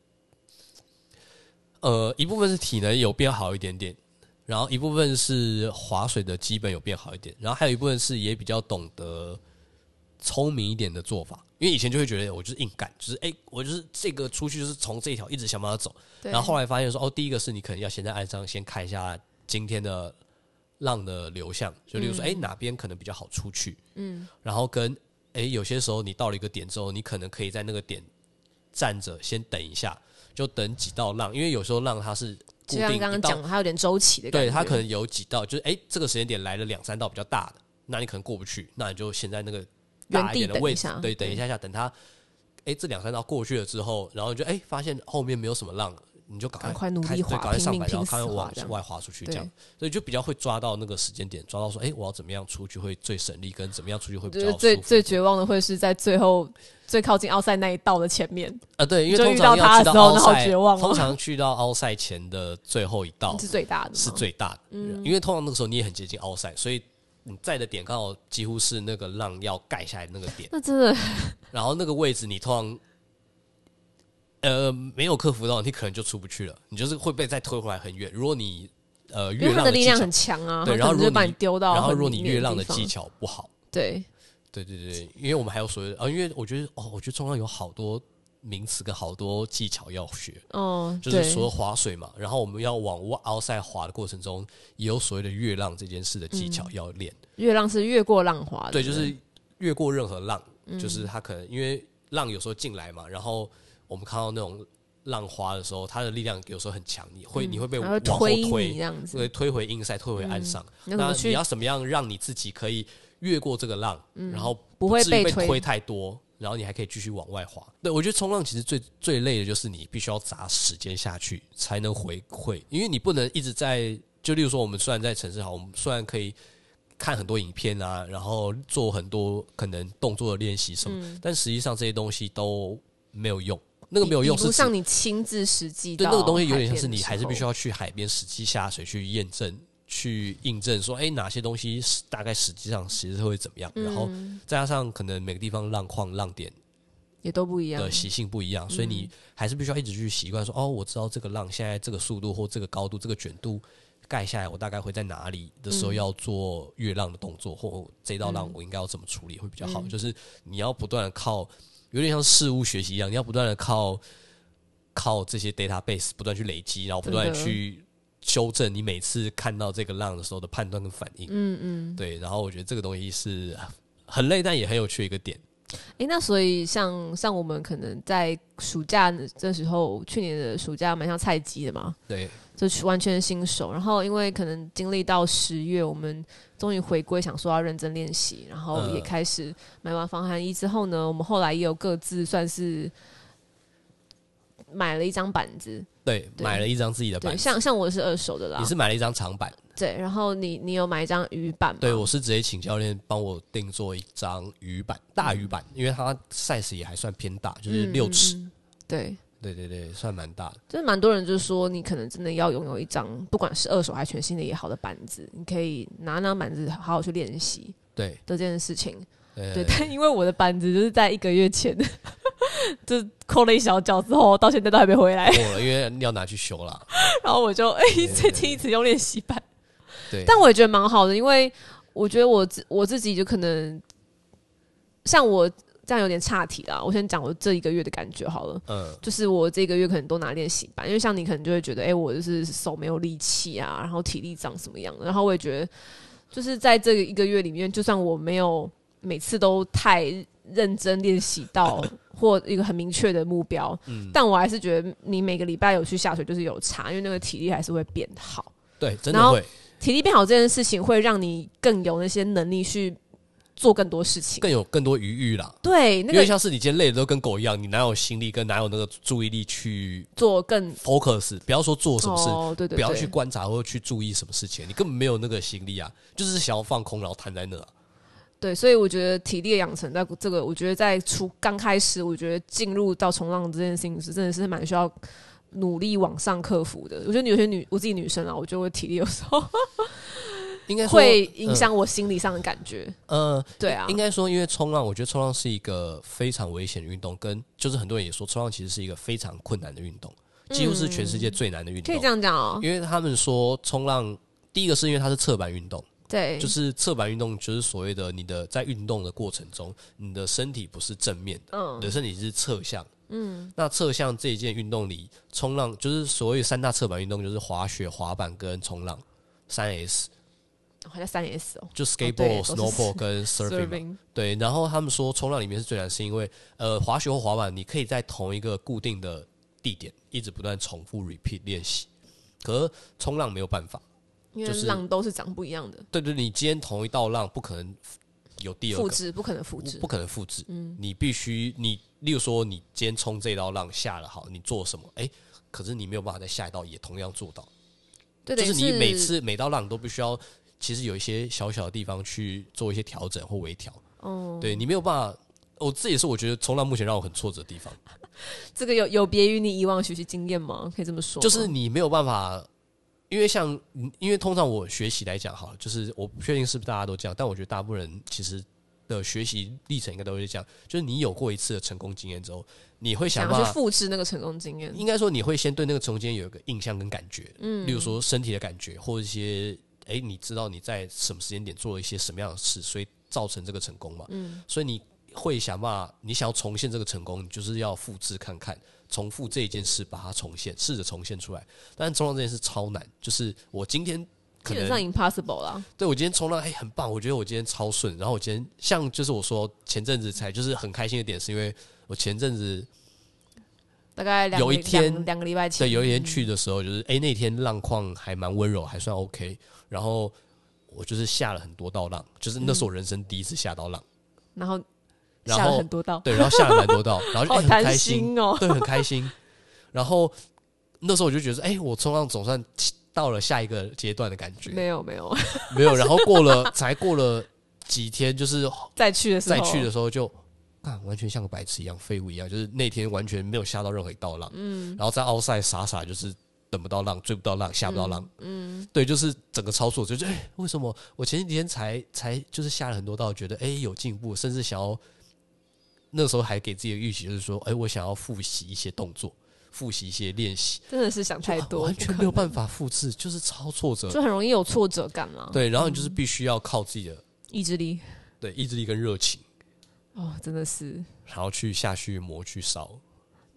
Speaker 1: 呃，一部分是体能有变好一点点，然后一部分是划水的基本有变好一点，然后还有一部分是也比较懂得聪明一点的做法，因为以前就会觉得我就是硬干，就是哎、我就是这个出去就是从这一条一直想办法走。
Speaker 2: 对
Speaker 1: 然后后来发现说，哦，第一个是你可能要先在岸上先看一下今天的浪的流向，就例
Speaker 2: 嗯
Speaker 1: 如说，哎、哪边可能比较好出去，嗯，然后跟哎、有些时候你到了一个点之后，你可能可以在那个点站着先等一下，就等几道浪，因为有时候浪它是固
Speaker 2: 就
Speaker 1: 定
Speaker 2: 像
Speaker 1: 一
Speaker 2: 刚刚
Speaker 1: 道
Speaker 2: 讲，的，它有点周期的感觉，
Speaker 1: 对，它可能有几道，就是哎、这个时间点来了两三道比较大的，那你可能过不去，那你就先在那个大一点
Speaker 2: 原地
Speaker 1: 的
Speaker 2: 等
Speaker 1: 位
Speaker 2: 一
Speaker 1: 置
Speaker 2: 下，
Speaker 1: 对，等一下下，等它哎、这两三道过去了之后，然后你就哎、发现后面没有什么浪，你就赶快
Speaker 2: 赶快努力
Speaker 1: 开对
Speaker 2: 滑
Speaker 1: 赶快上
Speaker 2: 拼
Speaker 1: 来，
Speaker 2: 命
Speaker 1: 然后
Speaker 2: 拼
Speaker 1: 赶
Speaker 2: 死
Speaker 1: 快
Speaker 2: 滑
Speaker 1: 往
Speaker 2: 这样
Speaker 1: 外滑出去，这
Speaker 2: 对
Speaker 1: 样，所以就比较会抓到那个时间点，抓到说哎、我要怎么样出去会最省力，跟怎么样出去会比
Speaker 2: 就
Speaker 1: 较
Speaker 2: 是
Speaker 1: 舒
Speaker 2: 最
Speaker 1: 服
Speaker 2: 最绝望的会是在最后最靠近奥赛那一道的前面，
Speaker 1: 啊，对，因为
Speaker 2: 就
Speaker 1: 通
Speaker 2: 遇
Speaker 1: 常
Speaker 2: 到
Speaker 1: 要
Speaker 2: 它
Speaker 1: 去到
Speaker 2: 的时候
Speaker 1: 奥
Speaker 2: 然后
Speaker 1: 赛
Speaker 2: 绝望
Speaker 1: 通
Speaker 2: 了
Speaker 1: 常去到奥赛前的最后一 道
Speaker 2: 是最大的吗，
Speaker 1: 哦是最大的，
Speaker 2: 嗯
Speaker 1: 因为通常那个时候你也很接近奥赛，所以你在的点刚好几乎是那个浪要盖下来的那个点，
Speaker 2: 那真的
Speaker 1: 然后那个位置你通常呃没有克服到，你可能就出不去了，你就是会被再推回来很远。如果你呃
Speaker 2: 因
Speaker 1: 越
Speaker 2: 为它
Speaker 1: 浪
Speaker 2: 的力
Speaker 1: 技
Speaker 2: 量
Speaker 1: 巧
Speaker 2: 很，强啊，
Speaker 1: 对
Speaker 2: 它
Speaker 1: 然后
Speaker 2: 可能
Speaker 1: 如果
Speaker 2: 就把
Speaker 1: 你
Speaker 2: 你丢到
Speaker 1: 然后
Speaker 2: 很
Speaker 1: 如果你
Speaker 2: 里面
Speaker 1: 越浪的
Speaker 2: 的地方
Speaker 1: 技，巧不好，
Speaker 2: 对，
Speaker 1: 对对对，对因为我们还有所谓的啊，因为我觉得哦，我觉得冲浪有好多名词跟好多技巧要学，
Speaker 2: 哦，
Speaker 1: 就是
Speaker 2: 对
Speaker 1: 除了划水嘛，然后我们要往外 outside 滑的过程中，也有所谓的越浪这件事的技巧要练。
Speaker 2: 越浪是越过浪滑的，
Speaker 1: 对，就是越过任何浪，
Speaker 2: 嗯
Speaker 1: 就是它可能因为浪有时候进来嘛，然后我们看到那种浪花的时候，它的力量有时候很强，你会、你会被
Speaker 2: 嗯然
Speaker 1: 往
Speaker 2: 后
Speaker 1: 后
Speaker 2: 推你这
Speaker 1: 推，
Speaker 2: 样子，嗯
Speaker 1: 对，推回 inside，推回岸上。
Speaker 2: 那怎
Speaker 1: 那
Speaker 2: 么
Speaker 1: 你
Speaker 2: 去
Speaker 1: 要怎么样让你自己可以越过这个浪，然后
Speaker 2: 嗯不会
Speaker 1: 至于被
Speaker 2: 被推
Speaker 1: 太多，然后你还可以继续往外滑。对我觉得冲浪其实最最累的就是你必须要砸时间下去才能回馈，因为你不能一直在就例如说我们虽然在城市好，我们虽然可以看很多影片啊，然后做很多可能动作的练习什么，但实际上这些东西都没有用。那个没有用
Speaker 2: 嗯比
Speaker 1: 是
Speaker 2: 不
Speaker 1: 指
Speaker 2: 上你亲自实际
Speaker 1: 对
Speaker 2: 到
Speaker 1: 那个东西有
Speaker 2: 海
Speaker 1: 点像
Speaker 2: 边
Speaker 1: 是
Speaker 2: 的
Speaker 1: 你
Speaker 2: 时
Speaker 1: 还是必须
Speaker 2: 候
Speaker 1: 要去海边实际下水去验证、去印证说，哎、哪些东西是大概实际上其实会怎么
Speaker 2: 嗯
Speaker 1: 样，然后再加上可能每个地方浪况、浪点
Speaker 2: 也都不一样嗯
Speaker 1: 的，习性不一样，所以你还是必须要一直去习惯说，哦，我知道这个浪现在这个速度或这个高度、这个卷度。盖下来，我大概会在哪里的
Speaker 2: 嗯
Speaker 1: 时候要做越浪的动作，或这道浪我应该要怎么处理会比较
Speaker 2: 嗯
Speaker 1: 好？就是你要不断的靠，有点像事物学习一样，你要不断的靠靠这些 database 不断去累积，然后不断地
Speaker 2: 真的
Speaker 1: 去修正你每次看到这个浪的时候的判断跟反应。嗯嗯，对。然后我觉得这个东西是很累，但也很有趣的一个点。
Speaker 2: 诶，那所以像像我们可能在暑假这时候，去年的暑假蛮像菜鸡的嘛，
Speaker 1: 对，
Speaker 2: 就是完全新手。然后因为可能经历到十月，我们终于回归，想说要认真练习，然后
Speaker 1: 嗯
Speaker 2: 也开始买完防寒衣之后呢，我们后来也有各自算是买了一张板子，
Speaker 1: 对，
Speaker 2: 对
Speaker 1: 买了一张自己的
Speaker 2: 对，
Speaker 1: 呃板子，
Speaker 2: 像像我是二啊嗯手的啦
Speaker 1: 你，是买了一张长板，
Speaker 2: 对。然后你你有买一张鱼板吗？
Speaker 1: 对我是直接请教练帮我定做一张鱼板，大鱼板，因为它 size 也还算偏大，就是
Speaker 2: 嗯
Speaker 1: 六
Speaker 2: 嗯
Speaker 1: 尺，
Speaker 2: 嗯对。
Speaker 1: 对对对，算蛮大的。
Speaker 2: 就是蛮多人就说，你可能真的要拥有一张，不管是二手还是全新的也好的板子，你可以拿那张板子好好去练习
Speaker 1: 对，
Speaker 2: 的这件事情。
Speaker 1: 呃
Speaker 2: 对，但因为我的板子就是在一个月前就扣了一小角之后，到现在都还没回来，
Speaker 1: 过了，因为要拿去修啦。
Speaker 2: 然后我就哎、
Speaker 1: 对
Speaker 2: 最近一直用练习板，
Speaker 1: 对，
Speaker 2: 但我也觉得蛮好的，因为我觉得我自我自己就可能像我这样有点岔题啦。我先讲我这一个月的感觉好了。
Speaker 1: 嗯，
Speaker 2: 就是我这个月可能都拿练习班，因为像你可能就会觉得，哎、我就是手没有力气啊，然后体力长什么样的，然后我也觉得，就是在这一个月里面，就算我没有每次都太认真练习 到或一个很明确的目标，
Speaker 1: 嗯
Speaker 2: 但我还是觉得你每个礼拜有去下水就是有差，因为那个体力还是会变好，
Speaker 1: 对，真
Speaker 2: 然
Speaker 1: 的
Speaker 2: 后
Speaker 1: 会。
Speaker 2: 体力变好这件事情会让你更有那些能力去。做更多事情。
Speaker 1: 更有更多余裕啦。
Speaker 2: 对，那
Speaker 1: 因为
Speaker 2: 个
Speaker 1: 像是你今天累的都跟狗一样，你哪有心力跟哪有那个注意力去
Speaker 2: 做更
Speaker 1: focus？不要说做什么事，
Speaker 2: 哦，对对对，
Speaker 1: 不要去观察或去注意什么事情，你根本没有那个心力啊，就是想要放空，然后瘫在那、啊。
Speaker 2: 对，所以我觉得体力的养成，在这个我觉得在初刚开始，我觉得进入到冲浪这件事情是真的是蛮需要努力往上克服的。我觉得有些女我自己女生啊，我觉得我体力有时 候
Speaker 1: 应该说
Speaker 2: 会影响我心理上的感觉。
Speaker 1: 呃，
Speaker 2: 对啊
Speaker 1: 应，该说，因为冲浪，我觉得冲浪是一个非常危险的运动，跟就是很多人也说，冲浪其实是一个非常困难的运动，几乎是全世界最难的运
Speaker 2: 嗯可
Speaker 1: 动。
Speaker 2: 以这样讲哦。
Speaker 1: 因为他们说冲浪，第一个是因为它是侧板运动，
Speaker 2: 对，
Speaker 1: 就是侧板运动就是所谓的你的在运动的过程中，你的身体不是正面的，
Speaker 2: 嗯
Speaker 1: 你的身体是侧向。嗯，那侧向这一件运动里，冲浪就是所谓三大侧板运动，就是滑雪、滑板跟冲浪，三 S
Speaker 2: 好像三 S 哦
Speaker 1: 就 skateboard、
Speaker 2: 对都是
Speaker 1: snowboard 跟 surfing 嘛。
Speaker 2: ，serving
Speaker 1: 对，然后他们说冲浪里面是最难，是因为呃，滑雪或滑板，你可以在同一个固定的地点一直不断重复 repeat 练习，可是冲浪没有办法。
Speaker 2: 因为
Speaker 1: 就是
Speaker 2: 浪都是长不一样的，
Speaker 1: 对对，你今天同一道浪不可能有第二
Speaker 2: 复
Speaker 1: 个，
Speaker 2: 制不可能复制嗯
Speaker 1: 不。可能复制。你必须你，例如说你今天冲这道浪下了好，你做什么？哎，可是你没有办法在下一道也同样做到，
Speaker 2: 对，
Speaker 1: 就是
Speaker 2: 等于
Speaker 1: 你每次每道浪都必须要，其实有一些小小的地方去做一些调整或微调。
Speaker 2: 哦，
Speaker 1: 对你没有办法，我这也是我觉得冲浪目前让我很挫折的地方，
Speaker 2: 这个有有别于你以往的学习经验吗？可以这么说吗，
Speaker 1: 就是你没有办法，因为像因为通常我学习来讲好了，就是我不确定是不是大家都这样，但我觉得大部分人其实的学习历程应该都是这样，就是你有过一次的成功经验之后，你会想
Speaker 2: 想
Speaker 1: 办
Speaker 2: 要
Speaker 1: 法
Speaker 2: 去。复制那个成功经验。
Speaker 1: 应该说你会先对那个中间有一个印象跟感觉，嗯，例如说身体的感觉，或一些哎、诶你知道你在什么时间点做了一些什么样的事，所以造成这个成功嘛，嗯，所以你会想办法，你想要重现这个成功，你就是要复制看看，重复这一件事，把它重现，试着重现出来。但是冲浪这件事超难，就是我今天可
Speaker 2: 基本上
Speaker 1: 能
Speaker 2: impossible 啦，
Speaker 1: 对我今天冲浪哎、诶很棒，我觉得我今天超顺，然后我今天像就是我说前阵子才就是很开心的点，是因为我前阵子
Speaker 2: 大概两个
Speaker 1: 有一天
Speaker 2: 两两个礼拜前，
Speaker 1: 对，有一天去的时候，就是哎、诶那天浪况还蛮温柔，还算 OK。然后我就是下了很多道浪，就是那是我人生第一次下到浪，
Speaker 2: 然后
Speaker 1: 然
Speaker 2: 嗯下了
Speaker 1: 后
Speaker 2: 很多道，
Speaker 1: 对，然后下了蛮多道，然后就、
Speaker 2: 好
Speaker 1: 诶很
Speaker 2: 贪
Speaker 1: 开心，
Speaker 2: 心哦。
Speaker 1: 对，很开心。然后那时候我就觉得，哎、我冲浪总算到了下一个阶段的感觉，
Speaker 2: 没有没有，
Speaker 1: 没有。然后过了，才过了几天，就是
Speaker 2: 再去的时候，
Speaker 1: 再去的时候就，看完全像个白痴一样，废物一样，就是那天完全没有下到任何一道浪，嗯，然后在奥赛傻傻就是等不到浪，追不到浪，下不到浪，嗯，对，就是整个超速，就觉得、哎，为什么我前几天才才就是下了很多道，觉得哎、有进步，甚至想要那时候还给自己的预期就是说，哎、我想要复习一些动作，复习一些练习，
Speaker 2: 真的是想太
Speaker 1: 就
Speaker 2: 多，
Speaker 1: 完全没有办法复制，就是嗯超挫折，
Speaker 2: 就很容易有挫折感啦。，
Speaker 1: 对，然后你就是必须要靠自己的
Speaker 2: 意志力
Speaker 1: 对意志力跟热情，
Speaker 2: 哦，真的是
Speaker 1: 然后去下去磨去烧。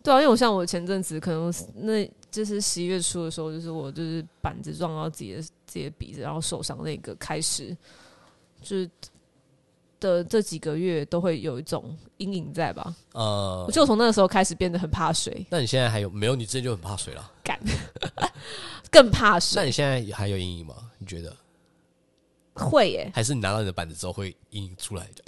Speaker 2: 对啊，因为我像我前阵子可能那就是十一月初的时候，就是我就是板子撞到自己的自己的鼻子，然后受伤那个开始，就是的这几个月都会有一种阴影在吧？
Speaker 1: 呃
Speaker 2: 我，就从那个时候开始变得很怕水，
Speaker 1: 那你现在还有没有？你之前就很怕水了，
Speaker 2: 更怕
Speaker 1: 那
Speaker 2: 水，
Speaker 1: 你现在还有阴影吗？你觉得？
Speaker 2: 会耶、
Speaker 1: 还是你拿到你的板子之后会阴影出来的？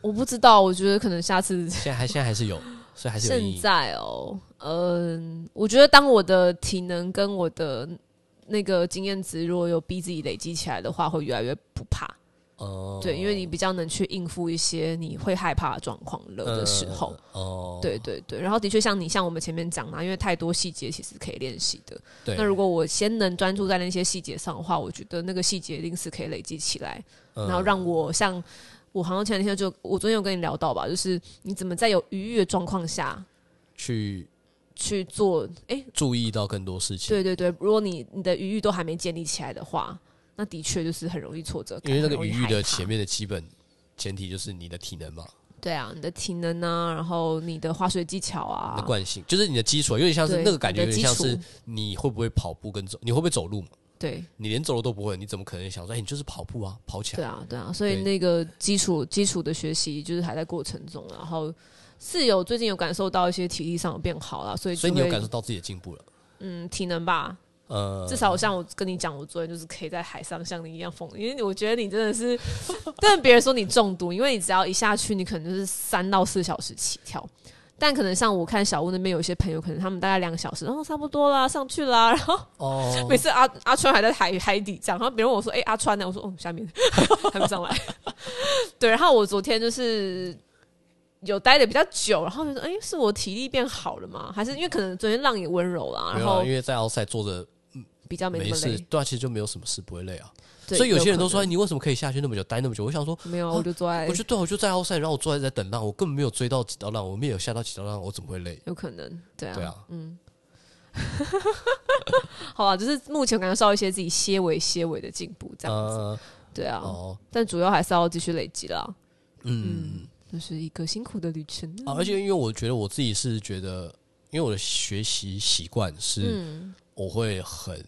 Speaker 2: 我不知道，我觉得可能下次
Speaker 1: 现在还现在还是有，所以还是有阴
Speaker 2: 现
Speaker 1: 影。
Speaker 2: 在哦，嗯，我觉得当我的体能跟我的那个经验值如果有逼自己累积起来的话，会越来越不怕。
Speaker 1: 哦
Speaker 2: 对，因为你比较能去应付一些你会害怕的状况了
Speaker 1: 嗯
Speaker 2: 的时候。
Speaker 1: 哦，
Speaker 2: 对对对，然后的确像你像我们前面讲嘛，啊因为太多细节其实可以练习的。
Speaker 1: 对，
Speaker 2: 那如果我先能专注在那些细节上的话，我觉得那个细节一定是可以累积起来，
Speaker 1: 嗯
Speaker 2: 然后让我像我好像前两天就我昨天有跟你聊到吧，就是你怎么在有愉悦的状况下
Speaker 1: 去
Speaker 2: 去做，哎、
Speaker 1: 注意到更多事情。
Speaker 2: 对对对，如果你你的余裕都还没建立起来的话，那的确就是很容易挫折感，
Speaker 1: 因为那个
Speaker 2: 很容易
Speaker 1: 余裕
Speaker 2: 害
Speaker 1: 的
Speaker 2: 怕
Speaker 1: 前面的基本前提就是你的体能嘛，
Speaker 2: 对啊，你的体能啊，然后你的划水技巧
Speaker 1: 你的
Speaker 2: 啊，
Speaker 1: 惯性，就是你的基础，有点像是
Speaker 2: 对
Speaker 1: 那个感觉，有
Speaker 2: 你的
Speaker 1: 点
Speaker 2: 基
Speaker 1: 像
Speaker 2: 础
Speaker 1: 是你会不会跑步跟走，你会不会走路嘛？
Speaker 2: 对
Speaker 1: 你连走路都不会，你怎么可能想说，哎，你就是跑步啊，跑起
Speaker 2: 对
Speaker 1: 来？
Speaker 2: 啊对啊，所以
Speaker 1: 对
Speaker 2: 那个基础基础的学习就是还在过程中，啊然后是有最近有感受到一些体力上有变好了，所以
Speaker 1: 所以
Speaker 2: 就
Speaker 1: 你有
Speaker 2: 会
Speaker 1: 感受到自己的进步了。
Speaker 2: 嗯体能吧，
Speaker 1: 呃，
Speaker 2: 至少我像我跟你讲，我昨天就是可以在海上像你一样疯，因为我觉得你真的是， 但别人说你中毒，因为你只要一下去，你可能就是三到四小时起跳。但可能像我看小屋那边有一些朋友，可能他们大概两个小时，然、后差不多啦，上去啦，然后
Speaker 1: 哦
Speaker 2: 每次阿阿川还在海海底这样，然后别人问我说：“哎、阿川呢？”我说：“哦，下面 还没上来。”对，然后我昨天就是有待的比较久，然后就说：“哎、是我体力变好了吗？还是因为可能昨天浪也温柔啦，
Speaker 1: 没
Speaker 2: 然
Speaker 1: 有啊
Speaker 2: 后
Speaker 1: 因为在奥赛坐着
Speaker 2: 比较没那
Speaker 1: 没
Speaker 2: 么
Speaker 1: 事，
Speaker 2: 累。
Speaker 1: 对啊，其实就没有什么事，不会累啊。”
Speaker 2: 对
Speaker 1: 所以有些人都说：“
Speaker 2: 可哎
Speaker 1: 哎，你为什么可以下去那么久，待那么久？”我想说，
Speaker 2: 能没有，我就坐在
Speaker 1: 我，就对啊，我就在奥赛，然后我坐在在等浪，我根本没有追到几道浪，我没有下到几道浪，我怎么会累？
Speaker 2: 有可能，对啊，
Speaker 1: 对啊
Speaker 2: 嗯。好啊，就是目前感受到一些自己些微些微的进步，这样子，
Speaker 1: 呃，
Speaker 2: 对啊，
Speaker 1: 哦，
Speaker 2: 但主要还是要继续累积啦，
Speaker 1: 嗯。
Speaker 2: 就是一个辛苦的旅程
Speaker 1: 啊，而且因为我觉得我自己是觉得，因为我的学习习惯是
Speaker 2: 嗯，
Speaker 1: 我会很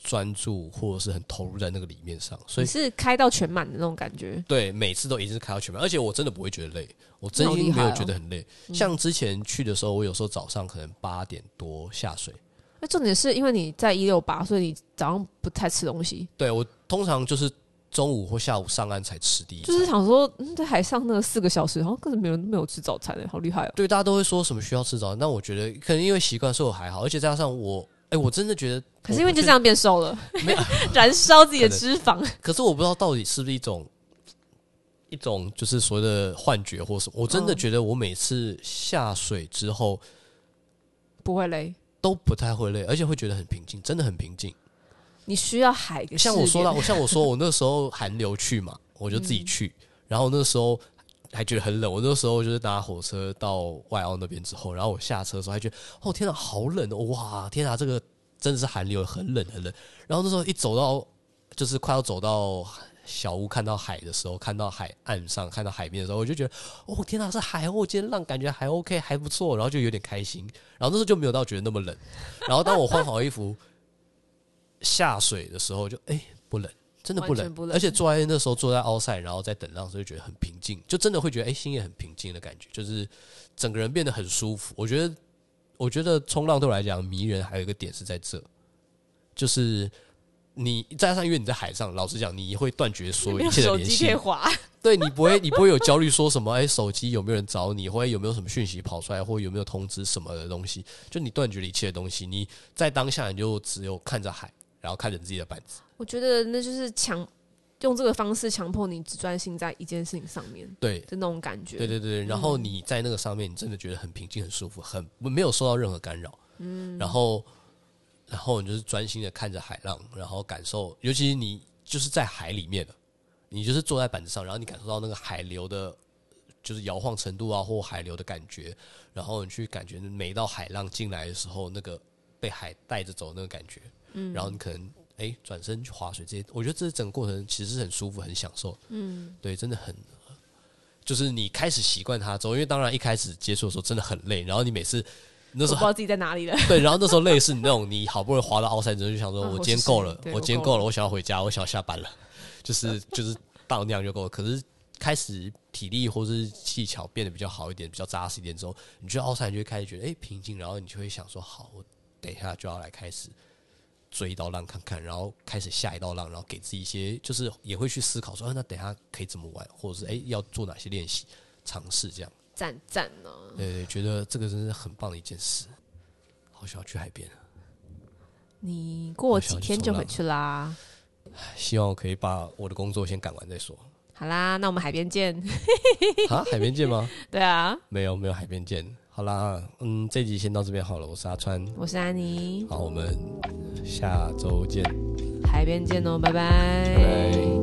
Speaker 1: 专注或者是很投入在那个里面上，所
Speaker 2: 你
Speaker 1: 以
Speaker 2: 是开到全满的那种感觉，
Speaker 1: 对每次都一定是开到全班，而且我真的不会觉得累，我真
Speaker 2: 那好厉
Speaker 1: 心没
Speaker 2: 害
Speaker 1: 有
Speaker 2: 哦
Speaker 1: 觉得很累。像之前去的时候，我有时候早上可能八点多下水，
Speaker 2: 那重点是因为你在一六八，所以你早上不太吃东西，
Speaker 1: 对我通常就是中午或下午上岸才吃第一
Speaker 2: 就
Speaker 1: 餐。
Speaker 2: 是想说、嗯、在海上那个四个小时，好像根本没有没有吃早餐的、好厉害哦！
Speaker 1: 对，大家都会说什么需要吃早餐，那我觉得可能因为习惯，所以我还好，而且加上我，哎、我真的觉得，
Speaker 2: 可是因为
Speaker 1: 这
Speaker 2: 就这
Speaker 1: 样。
Speaker 2: 样变瘦了
Speaker 1: 没有，
Speaker 2: 燃烧自己的脂肪，
Speaker 1: 可是我不知道到底是不是一种一种就是所谓的幻觉或什么。我真的
Speaker 2: 嗯
Speaker 1: 觉得我每次下水之后
Speaker 2: 不会累。
Speaker 1: 都不太会累，而且会觉得很平静，真的很平静。
Speaker 2: 你需要海的
Speaker 1: 像我说到，
Speaker 2: 的，
Speaker 1: 我像我说我那时候寒流去嘛，我就自己去，然后那时候。还觉得很冷，我那时候就是搭火车到外澳那边之后，然后我下车的时候还觉得，哦天哪，好冷哦，哇，天哪，这个真的是寒流，很冷很冷。然后那时候一走到，就是快要走到小屋，看到海的时候，看到海岸上，看到海边的时候，我就觉得，哦天哪，是海哦，今天浪感觉还 OK，还不错，然后就有点开心。然后那时候就没有到觉得那么冷。然后当我换好衣服下水的时候就，哎不冷，真的不
Speaker 2: 完
Speaker 1: 冷，
Speaker 2: 全不冷
Speaker 1: 而且坐在那时候坐在凹赛，然后在等浪的时候就觉得很平静，就真的会觉得哎、心也很平静的感觉，就是整个人变得很舒服。我觉得，我觉得冲浪对我来讲迷人，还有一个点是在这，就是。你加上，因为你在海上，老实讲，你会断绝所有
Speaker 2: 没有
Speaker 1: 一切的
Speaker 2: 手
Speaker 1: 联
Speaker 2: 机
Speaker 1: 系
Speaker 2: 可以，滑，
Speaker 1: 对你不会，你不会有焦虑，说什么哎、手机有没有人找你，或者有没有什么讯息跑出来，或有没有通知什么的东西，就你断绝了一切的东西。你在当下，你就只有看着海，然后看着你自己的板子。
Speaker 2: 我觉得那就是强用这个方式强迫你只专心在一件事情上面
Speaker 1: 对，
Speaker 2: 的那种感觉。
Speaker 1: 对对对。然后你在那个上面，你真的觉得很平静、很舒服，很没有受到任何干扰。嗯。然后，然后你就是专心的看着海浪，然后感受，尤其你就是在海里面了，你就是坐在板子上，然后你感受到那个海流的就是摇晃程度啊，或海流的感觉，然后你去感觉每一道海浪进来的时候，那个被海带着走的那个感觉，嗯，然后你可能哎转、身去划水这些，我觉得这整个过程其实是很舒服、很享受，嗯，对，真的很，就是你开始习惯它之后，因为当然一开始接触的时候真的很累，然后你每次那
Speaker 2: 我
Speaker 1: 时
Speaker 2: 不
Speaker 1: 候
Speaker 2: 知道自己在哪里了。
Speaker 1: 对，然后那时候类似你那种，你好不容易滑到奥赛之后，就想说，
Speaker 2: 啊
Speaker 1: 我
Speaker 2: 我
Speaker 1: 今天
Speaker 2: 是
Speaker 1: 够
Speaker 2: 谁
Speaker 1: 了，
Speaker 2: 对
Speaker 1: 我
Speaker 2: 我
Speaker 1: 今天
Speaker 2: 够
Speaker 1: 够
Speaker 2: 了
Speaker 1: 了，我想要回家，我想要下班了，就是就是到那样就够了。可是开始体力或是技巧变得比较好一点，比较扎实一点之后，你去奥赛你就会开始觉得哎、诶平静，然后你就会想说，好，我等一下就要来开始追一道浪看看，然后开始下一道浪，然后给自己一些就是也会去思考说，啊、那等一下可以怎么玩，或者是哎、诶要做哪些练习尝试这样。
Speaker 2: 赞赞哦呢，
Speaker 1: 对对，觉得这个真是很棒的一件事，好想要去海边。
Speaker 2: 你过几天就回去啦。
Speaker 1: 希望我可以把我的工作先赶完再说。
Speaker 2: 好啦，那我们海边见。
Speaker 1: 啊，海边见吗？
Speaker 2: 对啊，
Speaker 1: 没有，没有海边见。好啦，嗯，这集先到这边好了。我是阿川，
Speaker 2: 我是安妮，
Speaker 1: 好，我们下周见。
Speaker 2: 海边见哦，拜
Speaker 1: 拜拜